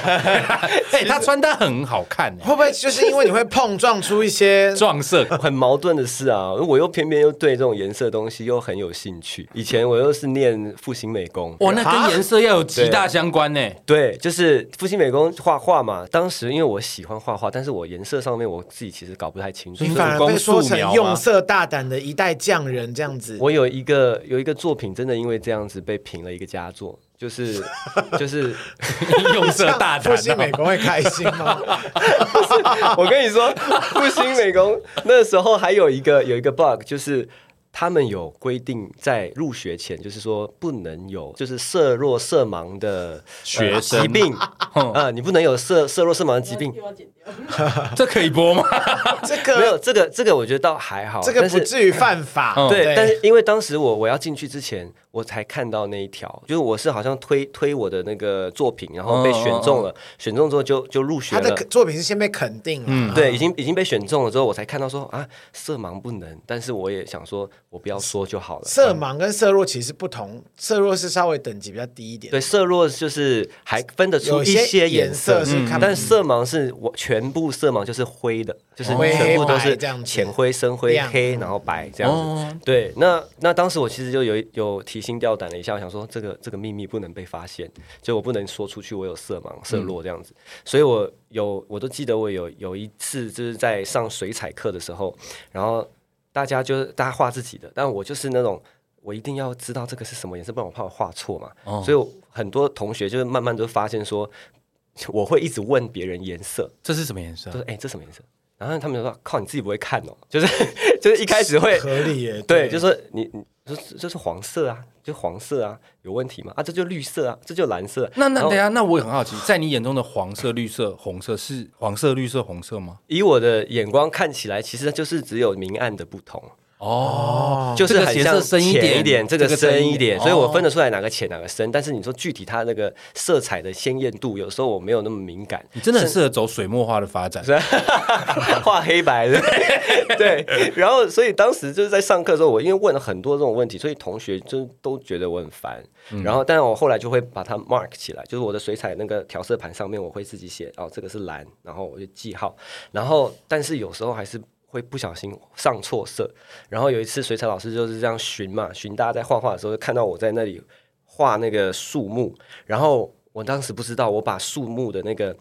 [SPEAKER 1] 哎，他穿搭很好看哎
[SPEAKER 2] 会不会就是因为你会碰撞出一些？
[SPEAKER 1] 撞色。
[SPEAKER 3] 很矛盾的是啊，我又偏偏又对这种颜色的东西又很有兴趣。以前我又是念复兴美工，
[SPEAKER 1] 哇，那跟颜色要有极大相关欸呢。
[SPEAKER 3] 对，就是复兴美工画画嘛。当时因为我喜欢画画，但是我颜色上面我自己其实搞不太清楚。
[SPEAKER 2] 你
[SPEAKER 3] 所以
[SPEAKER 2] 反而被说
[SPEAKER 1] 光
[SPEAKER 2] 成
[SPEAKER 1] 速描吗
[SPEAKER 2] 用色大胆的一代匠人这样子。
[SPEAKER 3] 我有一个有一个作品，真的因为这样子被评了一个佳作，就是 就是，
[SPEAKER 1] 用色大胆
[SPEAKER 2] 复兴美
[SPEAKER 1] 哦，
[SPEAKER 2] 国会开心吗？
[SPEAKER 3] 我跟你说，复兴美工那时候还有一个有一个 bug，就是。他们有规定，在入学前，就是说不能有就是色弱色盲的呃
[SPEAKER 1] 学生
[SPEAKER 3] 疾病啊，你不能有色色弱色盲的疾病。
[SPEAKER 4] 又要剪掉。
[SPEAKER 1] 这可以播吗？
[SPEAKER 2] 这
[SPEAKER 3] 没
[SPEAKER 2] 个
[SPEAKER 3] 有这个这个，我觉得倒还好。
[SPEAKER 2] 这个
[SPEAKER 3] 但
[SPEAKER 2] 不
[SPEAKER 3] 是
[SPEAKER 2] 至于犯法。
[SPEAKER 1] 嗯
[SPEAKER 3] 对，但是因为当时我我要进去之前，我才看到那一条，就是我是好像推推我的那个作品，然后被选中了，选中之后就就入
[SPEAKER 2] 哦他
[SPEAKER 3] 学
[SPEAKER 2] 的
[SPEAKER 3] 了。
[SPEAKER 2] 作品是先被肯定了，嗯，
[SPEAKER 3] 对，已经已经被选中了之后，我才看到说啊，色盲不能，但是我也想说，我不要说就好了。
[SPEAKER 2] 色盲跟色弱其实不同，色弱是稍微等级比较低一点，
[SPEAKER 3] 对，色弱就是还分得出
[SPEAKER 2] 有
[SPEAKER 3] 一
[SPEAKER 2] 些
[SPEAKER 3] 颜
[SPEAKER 2] 颜色是看不
[SPEAKER 3] 但色盲是我全部色盲就是灰的，就是
[SPEAKER 2] 灰
[SPEAKER 3] 全部都
[SPEAKER 2] 白
[SPEAKER 3] 是
[SPEAKER 2] 这样子
[SPEAKER 3] 浅灰、深灰、
[SPEAKER 2] 亮
[SPEAKER 3] 黑，然后白这样子。
[SPEAKER 1] 哦
[SPEAKER 3] 对，那那当时我其实就有一有提心吊胆了一下，我想说这个这个秘密不能被发现，就我不能说出去我有色盲、色弱这样子。所以我有我都记得我有有一次就是在上水彩课的时候，然后大家就是大家画自己的，但我就是那种我一定要知道这个是什么颜色，不然我怕我画错嘛。所以我很多同学就是慢慢都发现说，我会一直问别人颜色，
[SPEAKER 1] 这是什么颜色
[SPEAKER 3] 就？是哎、这什么颜色？然后他们就说靠你自己不会看哦，就是 就是一开始会
[SPEAKER 2] 合理耶，
[SPEAKER 3] 对，就是说你你就是就是黄色啊，就黄色啊，有问题吗？啊，这就绿色啊，这就蓝色啊、
[SPEAKER 1] 那那
[SPEAKER 3] 然后
[SPEAKER 1] 等一下，那我也很好奇，在你眼中的黄色、绿色、红色是黄色、绿色、红色吗？
[SPEAKER 3] 以我的眼光看起来，其实就是只有明暗的不同，
[SPEAKER 1] 哦，
[SPEAKER 3] 就是
[SPEAKER 1] 这
[SPEAKER 3] 很
[SPEAKER 1] 个
[SPEAKER 3] 像
[SPEAKER 1] 颜色深一点
[SPEAKER 3] 浅一点，这个
[SPEAKER 1] 这个深
[SPEAKER 3] 深
[SPEAKER 1] 一
[SPEAKER 3] 一点，
[SPEAKER 1] 点
[SPEAKER 3] 所以我
[SPEAKER 1] 哦
[SPEAKER 3] 分得出来哪个浅哪个深。但是你说具体它那个色彩的鲜艳度，有时候我没有那么敏感。
[SPEAKER 1] 你真的很适合走水墨画的发展。
[SPEAKER 3] 画黑白的，对。然后，所以当时就是在上课的时候，我因为问了很多这种问题，所以同学就都觉得我很烦。然后，但我后来就会把它 mark 起来，就是我的水彩那个调色盘上面，我会自己写哦，这个是蓝，然后我就记号。然后，但是有时候还是。会不小心上错色，然后有一次水彩老师就是这样巡嘛，巡大家在画画的时候，就看到我在那里画那个树木，然后我当时不知道，我把树木的那个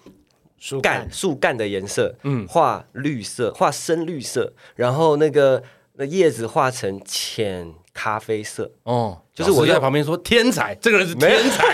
[SPEAKER 2] 树
[SPEAKER 3] 干
[SPEAKER 2] 干
[SPEAKER 3] 树干的颜色，嗯，画绿色，画深绿色，然后那个那叶子画成浅咖 啡色，
[SPEAKER 1] 哦，
[SPEAKER 3] 就是我
[SPEAKER 1] 老师在
[SPEAKER 3] 要
[SPEAKER 1] 旁边说天才，这个人是天 才。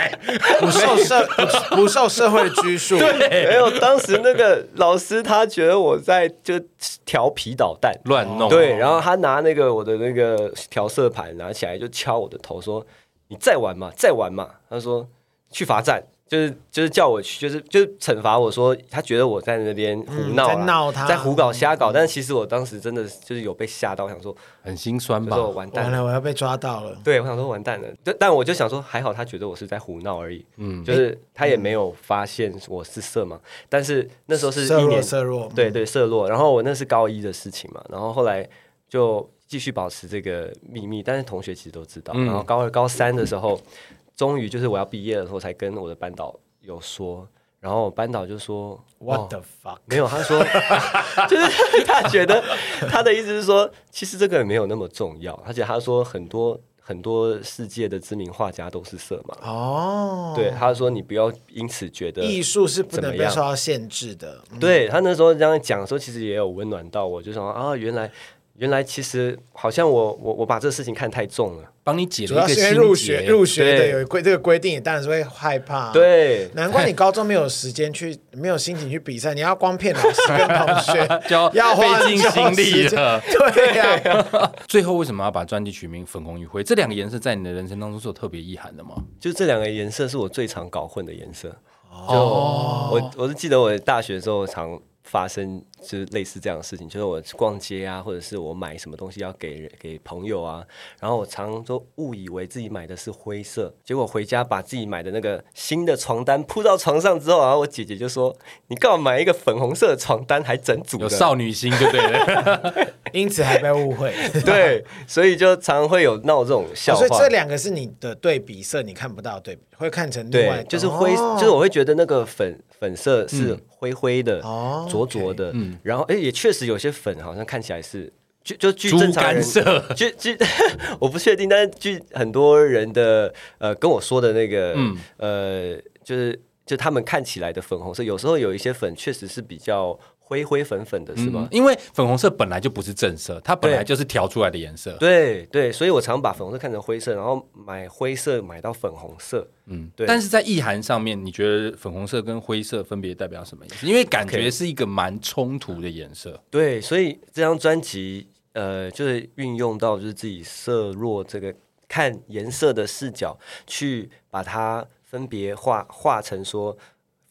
[SPEAKER 2] 不受社不不受社会的拘束，
[SPEAKER 3] 没有，当时那个老师他觉得我在就调皮捣蛋，
[SPEAKER 1] 乱弄。
[SPEAKER 3] 对，然后他拿那个我的那个调色盘拿起来就敲我的头说：“你再玩嘛，再玩嘛。”他说：“去罚站。”就是就是叫我去，就是就是惩罚我说，他觉得我在那边胡
[SPEAKER 2] 嗯
[SPEAKER 3] 闹啦、
[SPEAKER 2] 在闹他
[SPEAKER 3] 在胡搞瞎搞。但是其实我当时真的就是有被吓到，我想说，
[SPEAKER 1] 很心酸
[SPEAKER 3] 就
[SPEAKER 1] 吧
[SPEAKER 3] 是？我完蛋
[SPEAKER 2] 嗯完
[SPEAKER 3] 了。
[SPEAKER 2] 了我要被抓到了。
[SPEAKER 3] 对，我想说完蛋了，但但我就想说，还好他觉得我是在胡闹而已，嗯，就是他也没有发现我是色盲，但是那时候是
[SPEAKER 2] 色
[SPEAKER 3] 一
[SPEAKER 2] 弱
[SPEAKER 3] 年
[SPEAKER 2] 色嗯弱，
[SPEAKER 3] 对对，色落。然后我那是高一的事情嘛，然后后来就继续保持这个秘密，但是同学其实都知道。然后高二、高三的时候，终于就是我要毕业的时候，才跟我的班导有说，然后我班导就说
[SPEAKER 2] ，What
[SPEAKER 3] 哦
[SPEAKER 2] the fuck？
[SPEAKER 3] 没有，他说， 就是他觉得他的意思是说，其实这个也没有那么重要，而且他说很多很多世界的知名画家都是色盲，
[SPEAKER 2] 哦，
[SPEAKER 3] 对，，他说你不要因此觉得
[SPEAKER 2] 艺术是不
[SPEAKER 3] 怎
[SPEAKER 2] 能
[SPEAKER 3] 么
[SPEAKER 2] 被
[SPEAKER 3] 样
[SPEAKER 2] 受到限制的，嗯
[SPEAKER 3] 对他那时候这样讲的时候，其实也有温暖到我，就想啊，原来原来其实好像我我我把这事情看太重了，
[SPEAKER 1] 帮你解
[SPEAKER 2] 主
[SPEAKER 1] 了
[SPEAKER 2] 要
[SPEAKER 1] 一个
[SPEAKER 2] 是因为
[SPEAKER 1] 心
[SPEAKER 2] 入
[SPEAKER 1] 结
[SPEAKER 2] 学入学的
[SPEAKER 3] 对
[SPEAKER 2] 有规这个规定，你当然是会害怕。，啊
[SPEAKER 3] 对
[SPEAKER 2] 难怪你高中没有时间去，没有心情去比赛，你要光骗老师跟同学
[SPEAKER 1] 就要，
[SPEAKER 2] 要花
[SPEAKER 1] 费尽
[SPEAKER 2] 很久
[SPEAKER 1] 心力
[SPEAKER 2] 时间
[SPEAKER 1] 了。
[SPEAKER 2] 对呀，
[SPEAKER 1] 最后为什么要把专辑取名《粉红与灰》？这两个颜色在你的人生当中是有特别意涵的吗？
[SPEAKER 3] 就这两个颜色是我最常搞混的颜色。
[SPEAKER 1] 哦
[SPEAKER 3] 就我我是记得我大学的时候常发生就是类似这样的事情，就是我逛街啊，或者是我买什么东西要给人给朋友啊，然后我常都误以为自己买的是灰色，结果回家把自己买的那个新的床单铺到床上之后，啊然后我姐姐就说：“你干嘛买一个粉红色的床单还整组
[SPEAKER 1] 有
[SPEAKER 3] 的？”
[SPEAKER 1] 少女心就对 了。
[SPEAKER 2] 因此还被误会。
[SPEAKER 3] 对，所以就常会有闹这种笑
[SPEAKER 2] 哦所
[SPEAKER 3] 话。
[SPEAKER 2] 以这两个是你的对比色，你看不到的对比，会看成另外
[SPEAKER 3] 对
[SPEAKER 2] 的，
[SPEAKER 3] 就是灰，
[SPEAKER 2] 哦嗯
[SPEAKER 3] 就是我会觉得那个粉粉色是灰灰的、
[SPEAKER 2] 哦
[SPEAKER 3] 灼灼的，
[SPEAKER 1] 嗯
[SPEAKER 3] 然后哎，也确实有些粉好像看起来是。就就据
[SPEAKER 1] 猪
[SPEAKER 3] 正常
[SPEAKER 1] 肝
[SPEAKER 3] 人
[SPEAKER 1] 色，
[SPEAKER 3] 据据 我不确定，但是据很多人的呃跟我说的那个，
[SPEAKER 1] 嗯
[SPEAKER 3] 呃，就是就他们看起来的粉红色，有时候有一些粉确实是比较灰灰粉粉的，是吗？
[SPEAKER 1] 因为粉红色本来就不是正色，它本来
[SPEAKER 3] 嗯对
[SPEAKER 1] 就是调出来的颜色。
[SPEAKER 3] 对对，所以我常把粉红色看成灰色，然后买灰色买到粉红色，嗯，对。
[SPEAKER 1] 但是在意涵上面，你觉得粉红色跟灰色分别代表什么意思？因为感觉
[SPEAKER 3] OK
[SPEAKER 1] 是一个蛮冲突的颜色。
[SPEAKER 3] 对，所以这张专辑，呃，就是运用到就是自己色弱这个看颜色的视角，去把它分别画画成说，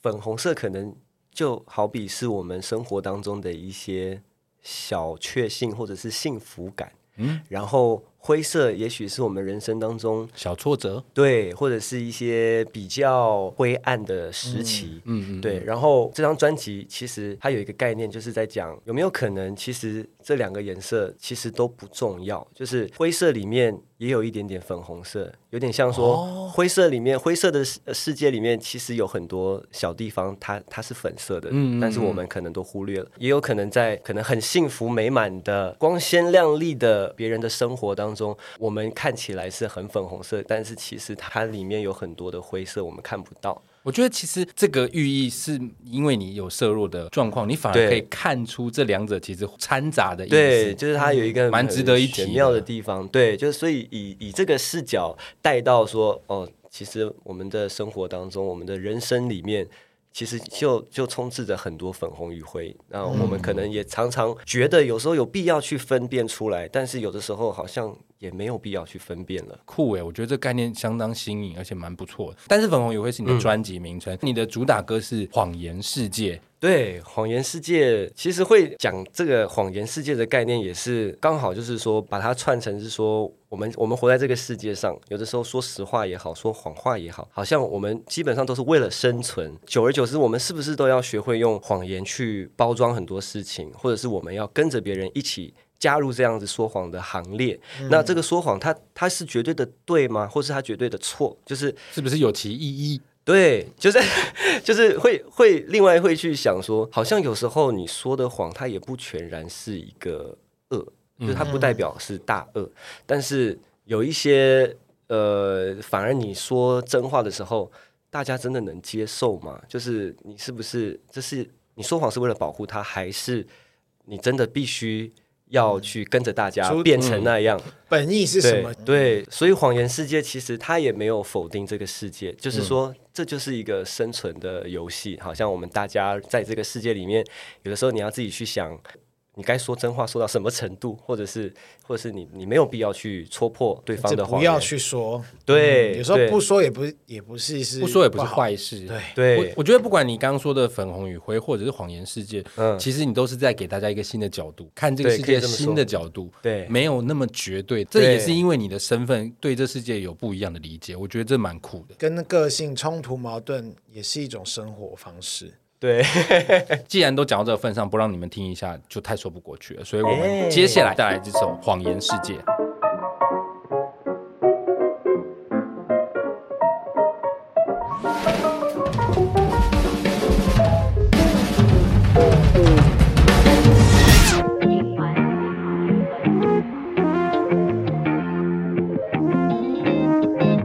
[SPEAKER 3] 粉红色可能就好比是我们生活当中的一些小确幸或者是幸福感，嗯，然后灰色也许是我们人生当中
[SPEAKER 1] 小挫折，
[SPEAKER 3] 对，或者是一些比较灰暗的时期，嗯嗯，对。然后这张专辑其实它有一个概念，就是在讲有没有可能，其实这两个颜色其实都不重要，就是灰色里面也有一点点粉红色，有点像说灰色里面、灰色的世呃世界里面，其实有很多小地方它它是粉色的，
[SPEAKER 1] 嗯嗯
[SPEAKER 3] 但是我们可能都忽略了，也有可能在可能很幸福美满的、光鲜亮丽的别人的生活当中，我们看起来是很粉红色，但是其实它里面有很多的灰色，我们看不到。
[SPEAKER 1] 我觉得其实这个寓意是因为你有色弱的状况，你反而
[SPEAKER 3] 对
[SPEAKER 1] 可以看出这两者其实掺杂的意思。嗯
[SPEAKER 3] 对，就是它有一个
[SPEAKER 1] 蛮值得一提
[SPEAKER 3] 玄
[SPEAKER 1] 的
[SPEAKER 3] 妙的地方。对，就是所以以以这个视角带到说，哦，其实我们的生活当中，我们的人生里面。其实就就充斥着很多粉红与灰，那我们可能也常常觉得有时候有必要去分辨出来，但是有的时候好像也没有必要去分辨了。
[SPEAKER 1] 酷欸诶，我觉得这个概念相当新颖，而且蛮不错的。但是粉红也会是你的专辑名称，你的主打歌是《谎言世界》，
[SPEAKER 3] 对，谎言世界其实会讲这个谎言世界的概念，也是刚好就是说把它串成是说。我们我们活在这个世界上，有的时候说实话也好，说谎话也好，好像我们基本上都是为了生存。久而久之，我们是不是都要学会用谎言去包装很多事情，或者是我们要跟着别人一起加入这样子说谎的行列？那这个说谎它，它是绝对的对吗？或是它绝对的错？就是
[SPEAKER 1] 是不是有其意义？
[SPEAKER 3] 对，就是 就是会会另外会去想说，好像有时候你说的谎，它也不全然是一个恶，就是它不代表是大恶，但是有一些呃，反而你说真话的时候，大家真的能接受吗？就是你是不是这是你说谎是为了保护他，还是你真的必须要去跟着大家
[SPEAKER 2] 出
[SPEAKER 3] 变成那样？
[SPEAKER 2] 本意是什
[SPEAKER 3] 对
[SPEAKER 2] 么？
[SPEAKER 3] 对，所以谎言世界其实它也没有否定这个世界，
[SPEAKER 2] 嗯
[SPEAKER 3] 就是说、这就是一个生存的游戏，好像我们大家在这个世界里面，有的时候你要自己去想。你该说真话说到什么程度，或者是，或者是你你没有必要去戳破对方
[SPEAKER 2] 这
[SPEAKER 3] 的
[SPEAKER 2] 不
[SPEAKER 3] 谎
[SPEAKER 2] 要
[SPEAKER 3] 言，
[SPEAKER 2] 去说，嗯
[SPEAKER 3] 对
[SPEAKER 2] 有时候
[SPEAKER 3] 对
[SPEAKER 2] 不说也不也不是是
[SPEAKER 1] 不说也不是
[SPEAKER 2] 好，
[SPEAKER 1] 坏事。
[SPEAKER 2] 对
[SPEAKER 1] 我
[SPEAKER 3] 对
[SPEAKER 1] 我觉得不管你刚刚说的粉红与灰，或者是谎言世界，
[SPEAKER 3] 嗯
[SPEAKER 1] 其实你都是在给大家一个新的角度，看这个
[SPEAKER 3] 对
[SPEAKER 1] 世
[SPEAKER 3] 可以
[SPEAKER 1] 界
[SPEAKER 3] 这么说
[SPEAKER 1] 新的角度，
[SPEAKER 3] 对
[SPEAKER 1] 没有那么绝对。这也是因为你的身份对这世界有不一样的理解，我觉得这蛮酷的。
[SPEAKER 2] 跟个性冲突矛盾也是一种生活方式。
[SPEAKER 3] 对，
[SPEAKER 1] 既然都讲到这个份上，不让你们听一下就太说不过去了，所以我
[SPEAKER 3] 哎
[SPEAKER 1] 们接下来带来这首《谎言世界》。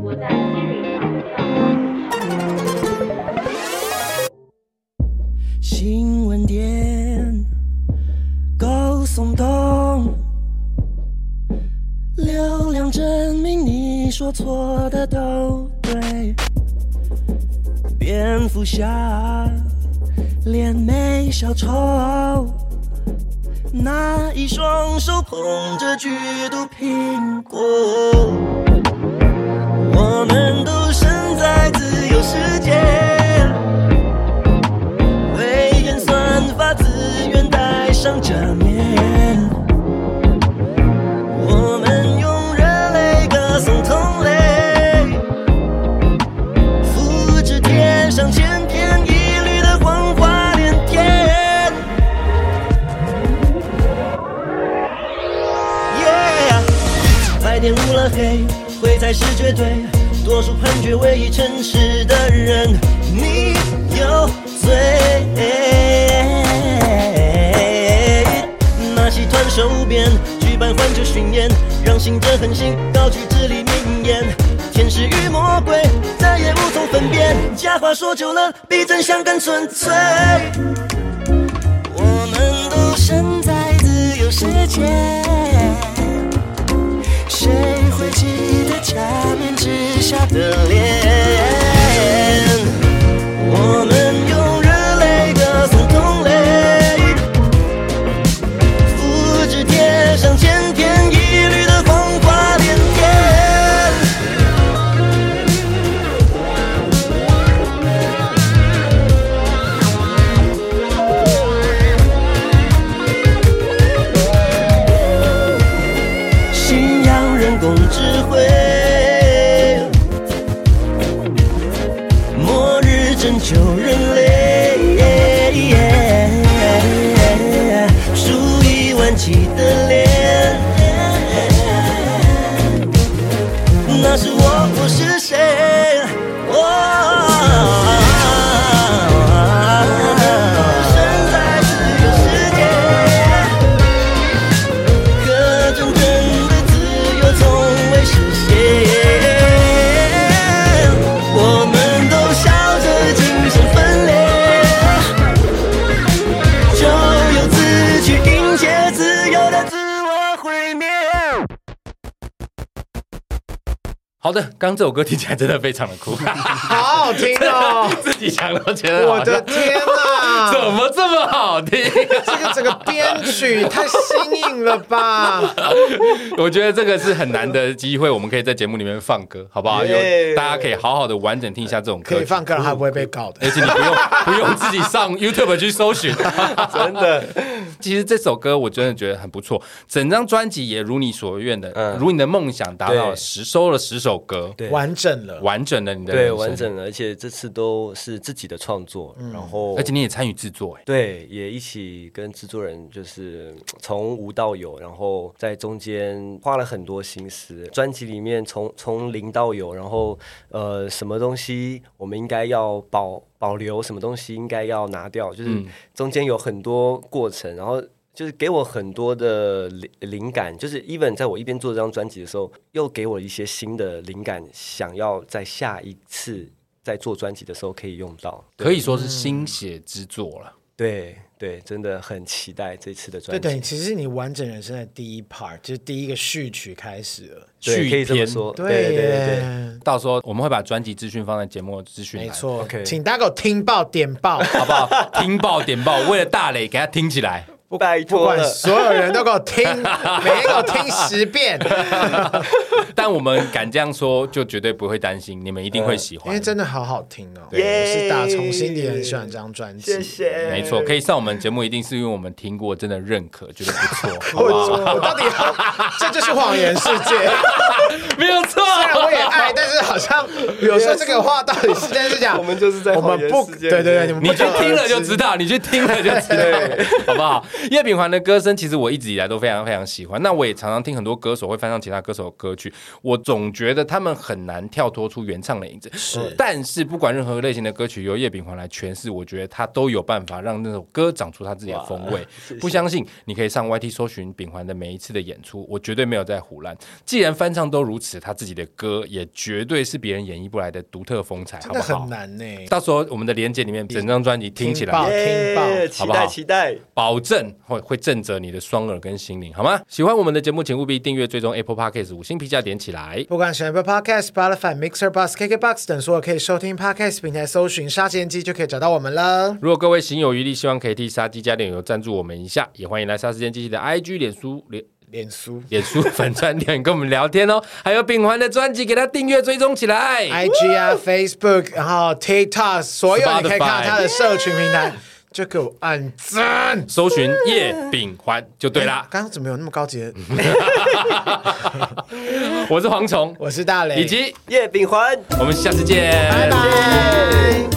[SPEAKER 4] 我在 Siri 上上上。
[SPEAKER 5] 新闻点高耸动，流量证明你说错的都对。蝙蝠侠脸没小丑，那一双手捧着剧毒苹果。我们都身在自由世界。为演算法自愿戴上假面。我们用人类歌颂同类，复制贴上千篇一律的谎话连篇。Yeah。白天乌拉黑，灰才是绝对，多数判决唯一诚实的人，你有罪。那集团手边举办环球巡演，让信者恒心高举至理名言，天使与魔鬼再也无从分辨，假话说久了比真相更纯粹。我们都身在自由世界。谁会记得假面之下的脸？我们用人类歌颂同类，复制贴上千篇一律的谎话连篇。信仰人
[SPEAKER 1] 好的，刚这首歌听起来真的非常的 酷，
[SPEAKER 2] 好好听哦！
[SPEAKER 1] 自己想都觉得好
[SPEAKER 2] 我的天哪、
[SPEAKER 3] 啊
[SPEAKER 1] 笑怎么这么好听？
[SPEAKER 2] 这个整个编曲太新颖了 吧！
[SPEAKER 1] 我觉得这个是很难得的机会，我们可以在节目里面放歌，好不好？有
[SPEAKER 3] 耶
[SPEAKER 1] 大家可以好好的完整听一下这种歌
[SPEAKER 2] 可以
[SPEAKER 1] 曲，
[SPEAKER 2] 放歌，还不会被告的。
[SPEAKER 1] 而且你不用不用自己上 YouTube 去搜寻。
[SPEAKER 3] 真的，
[SPEAKER 1] 其实这首歌我真的觉得很不错，整张专辑也如你所愿的，
[SPEAKER 3] 嗯
[SPEAKER 1] 如你的梦想达到了
[SPEAKER 3] 对
[SPEAKER 1] 十收了十首歌，
[SPEAKER 3] 对
[SPEAKER 2] 完整了，
[SPEAKER 1] 完整了你的人
[SPEAKER 3] 对，
[SPEAKER 1] 生
[SPEAKER 3] 完，整了，而且这次都是自己的创作，
[SPEAKER 2] 嗯
[SPEAKER 3] 然后
[SPEAKER 1] 而且你也参与制作，哎，
[SPEAKER 3] 对，也一起跟制作人就是从无到有，然后在中间花了很多心思。专辑里面从从零到有，然后呃，什么东西我们应该要保保留，什么东西应该要拿掉，就是
[SPEAKER 1] 嗯
[SPEAKER 3] 中间有很多过程，然后。就是给我很多的灵灵感，就是 even 在我一边做这张专辑的时候，又给我一些新的灵感，想要在下一次在做专辑的时候可以用到。对
[SPEAKER 1] 可以说是心血之作了。
[SPEAKER 3] 对对，真的很期待这次的
[SPEAKER 2] 对
[SPEAKER 3] 专
[SPEAKER 2] 等于
[SPEAKER 3] 辑。
[SPEAKER 2] 其实是你完整人生的第一 part，就是第一个序曲开始了。
[SPEAKER 1] 续
[SPEAKER 3] 可以这么
[SPEAKER 1] 篇
[SPEAKER 3] 说。对
[SPEAKER 2] 对
[SPEAKER 3] 对对哎
[SPEAKER 2] 耶，
[SPEAKER 1] 到时候我们会把专辑资讯放在节目资讯栏，
[SPEAKER 2] 没错
[SPEAKER 3] OK，
[SPEAKER 2] 请大家给我听爆点 爆，
[SPEAKER 1] 好不好？听爆点爆，为了大磊给他听起来。
[SPEAKER 3] 对，拜
[SPEAKER 2] 不
[SPEAKER 3] 托
[SPEAKER 2] 管
[SPEAKER 3] 了。
[SPEAKER 2] 所有人都给我 听，每天给我听十遍，
[SPEAKER 1] 但我们敢这样说，就绝对不会担心，你们一定会喜
[SPEAKER 2] 因
[SPEAKER 1] 欢
[SPEAKER 2] 为。真的好好听哦。我
[SPEAKER 3] 耶
[SPEAKER 2] 是打从心底很喜欢这张专辑。
[SPEAKER 3] 谢谢，
[SPEAKER 1] 没错，可以上我们节目，一定是因为我们听过，真的认可，觉得 不错，好
[SPEAKER 2] 我
[SPEAKER 1] 不好？
[SPEAKER 2] 我到底要这就是谎言世 界。
[SPEAKER 1] 没有错，
[SPEAKER 2] 虽然我也爱，但是好像有时候这个话到底是真是假？
[SPEAKER 3] 我们就是在
[SPEAKER 2] 我们
[SPEAKER 3] 谎言
[SPEAKER 2] 不
[SPEAKER 3] 世
[SPEAKER 2] 对
[SPEAKER 3] 界
[SPEAKER 2] 对对，你
[SPEAKER 3] 里
[SPEAKER 2] 们
[SPEAKER 1] 你
[SPEAKER 2] 不
[SPEAKER 1] 去
[SPEAKER 2] 得而
[SPEAKER 1] 听了就
[SPEAKER 2] 知
[SPEAKER 1] 知道，你去听了就 知道，好不好？叶秉环的歌声其实我一直以来都非常非常喜欢，那我也常常听很多歌手会翻唱其他歌手的歌曲，我总觉得他们很难跳脱出原唱的影子。是，但是不管任何类型的歌曲由叶秉环来诠释，我觉得他都有办法让那首歌长出他自己的风味。不相信，你可以上 YT 搜寻秉环的每一次的演出，我绝对没有在胡乱。既然翻唱都如此，他自己的歌也绝对是别人演绎不来的独特风采，好
[SPEAKER 2] 真
[SPEAKER 1] 不
[SPEAKER 2] 的
[SPEAKER 1] 好
[SPEAKER 2] 很？难呢。
[SPEAKER 1] 到时候我们的连接里面，整张专辑听起来，
[SPEAKER 2] 听爆
[SPEAKER 3] 耶
[SPEAKER 2] 听爆
[SPEAKER 1] 好
[SPEAKER 3] 期
[SPEAKER 1] 不好
[SPEAKER 3] 待哎期待，
[SPEAKER 1] 保证会会震着你的双耳跟心灵，好吗？喜欢我们的节目，请务必订阅、追踪 Apple Podcast 五星评价点起来。
[SPEAKER 2] 不管是 Apple Podcast、Spotify、Mixer、Bus、KKBox 等所有可以收听 Podcast 平台，搜寻“杀时间机”就可以找到我们了。
[SPEAKER 1] 如果各位行有余力，希望可以替杀鸡加点油赞助我们一下，也欢迎来杀时间机器的 IG、脸书、脸
[SPEAKER 2] 脸书、
[SPEAKER 1] 脸书粉专点跟我们聊天哦。 还有秉环的专辑，给他订阅追踪起来。
[SPEAKER 2] IG 啊、Facebook，然后 TikTok，所有你可以看到它的社群平台，就给我按赞。
[SPEAKER 1] 搜寻叶秉环就对啦。
[SPEAKER 2] 刚刚怎么有那么高级的？
[SPEAKER 1] 我是蝗虫，
[SPEAKER 2] 我是大雷，
[SPEAKER 1] 以及
[SPEAKER 3] 叶秉环。
[SPEAKER 1] 我们下次见，
[SPEAKER 2] 拜拜。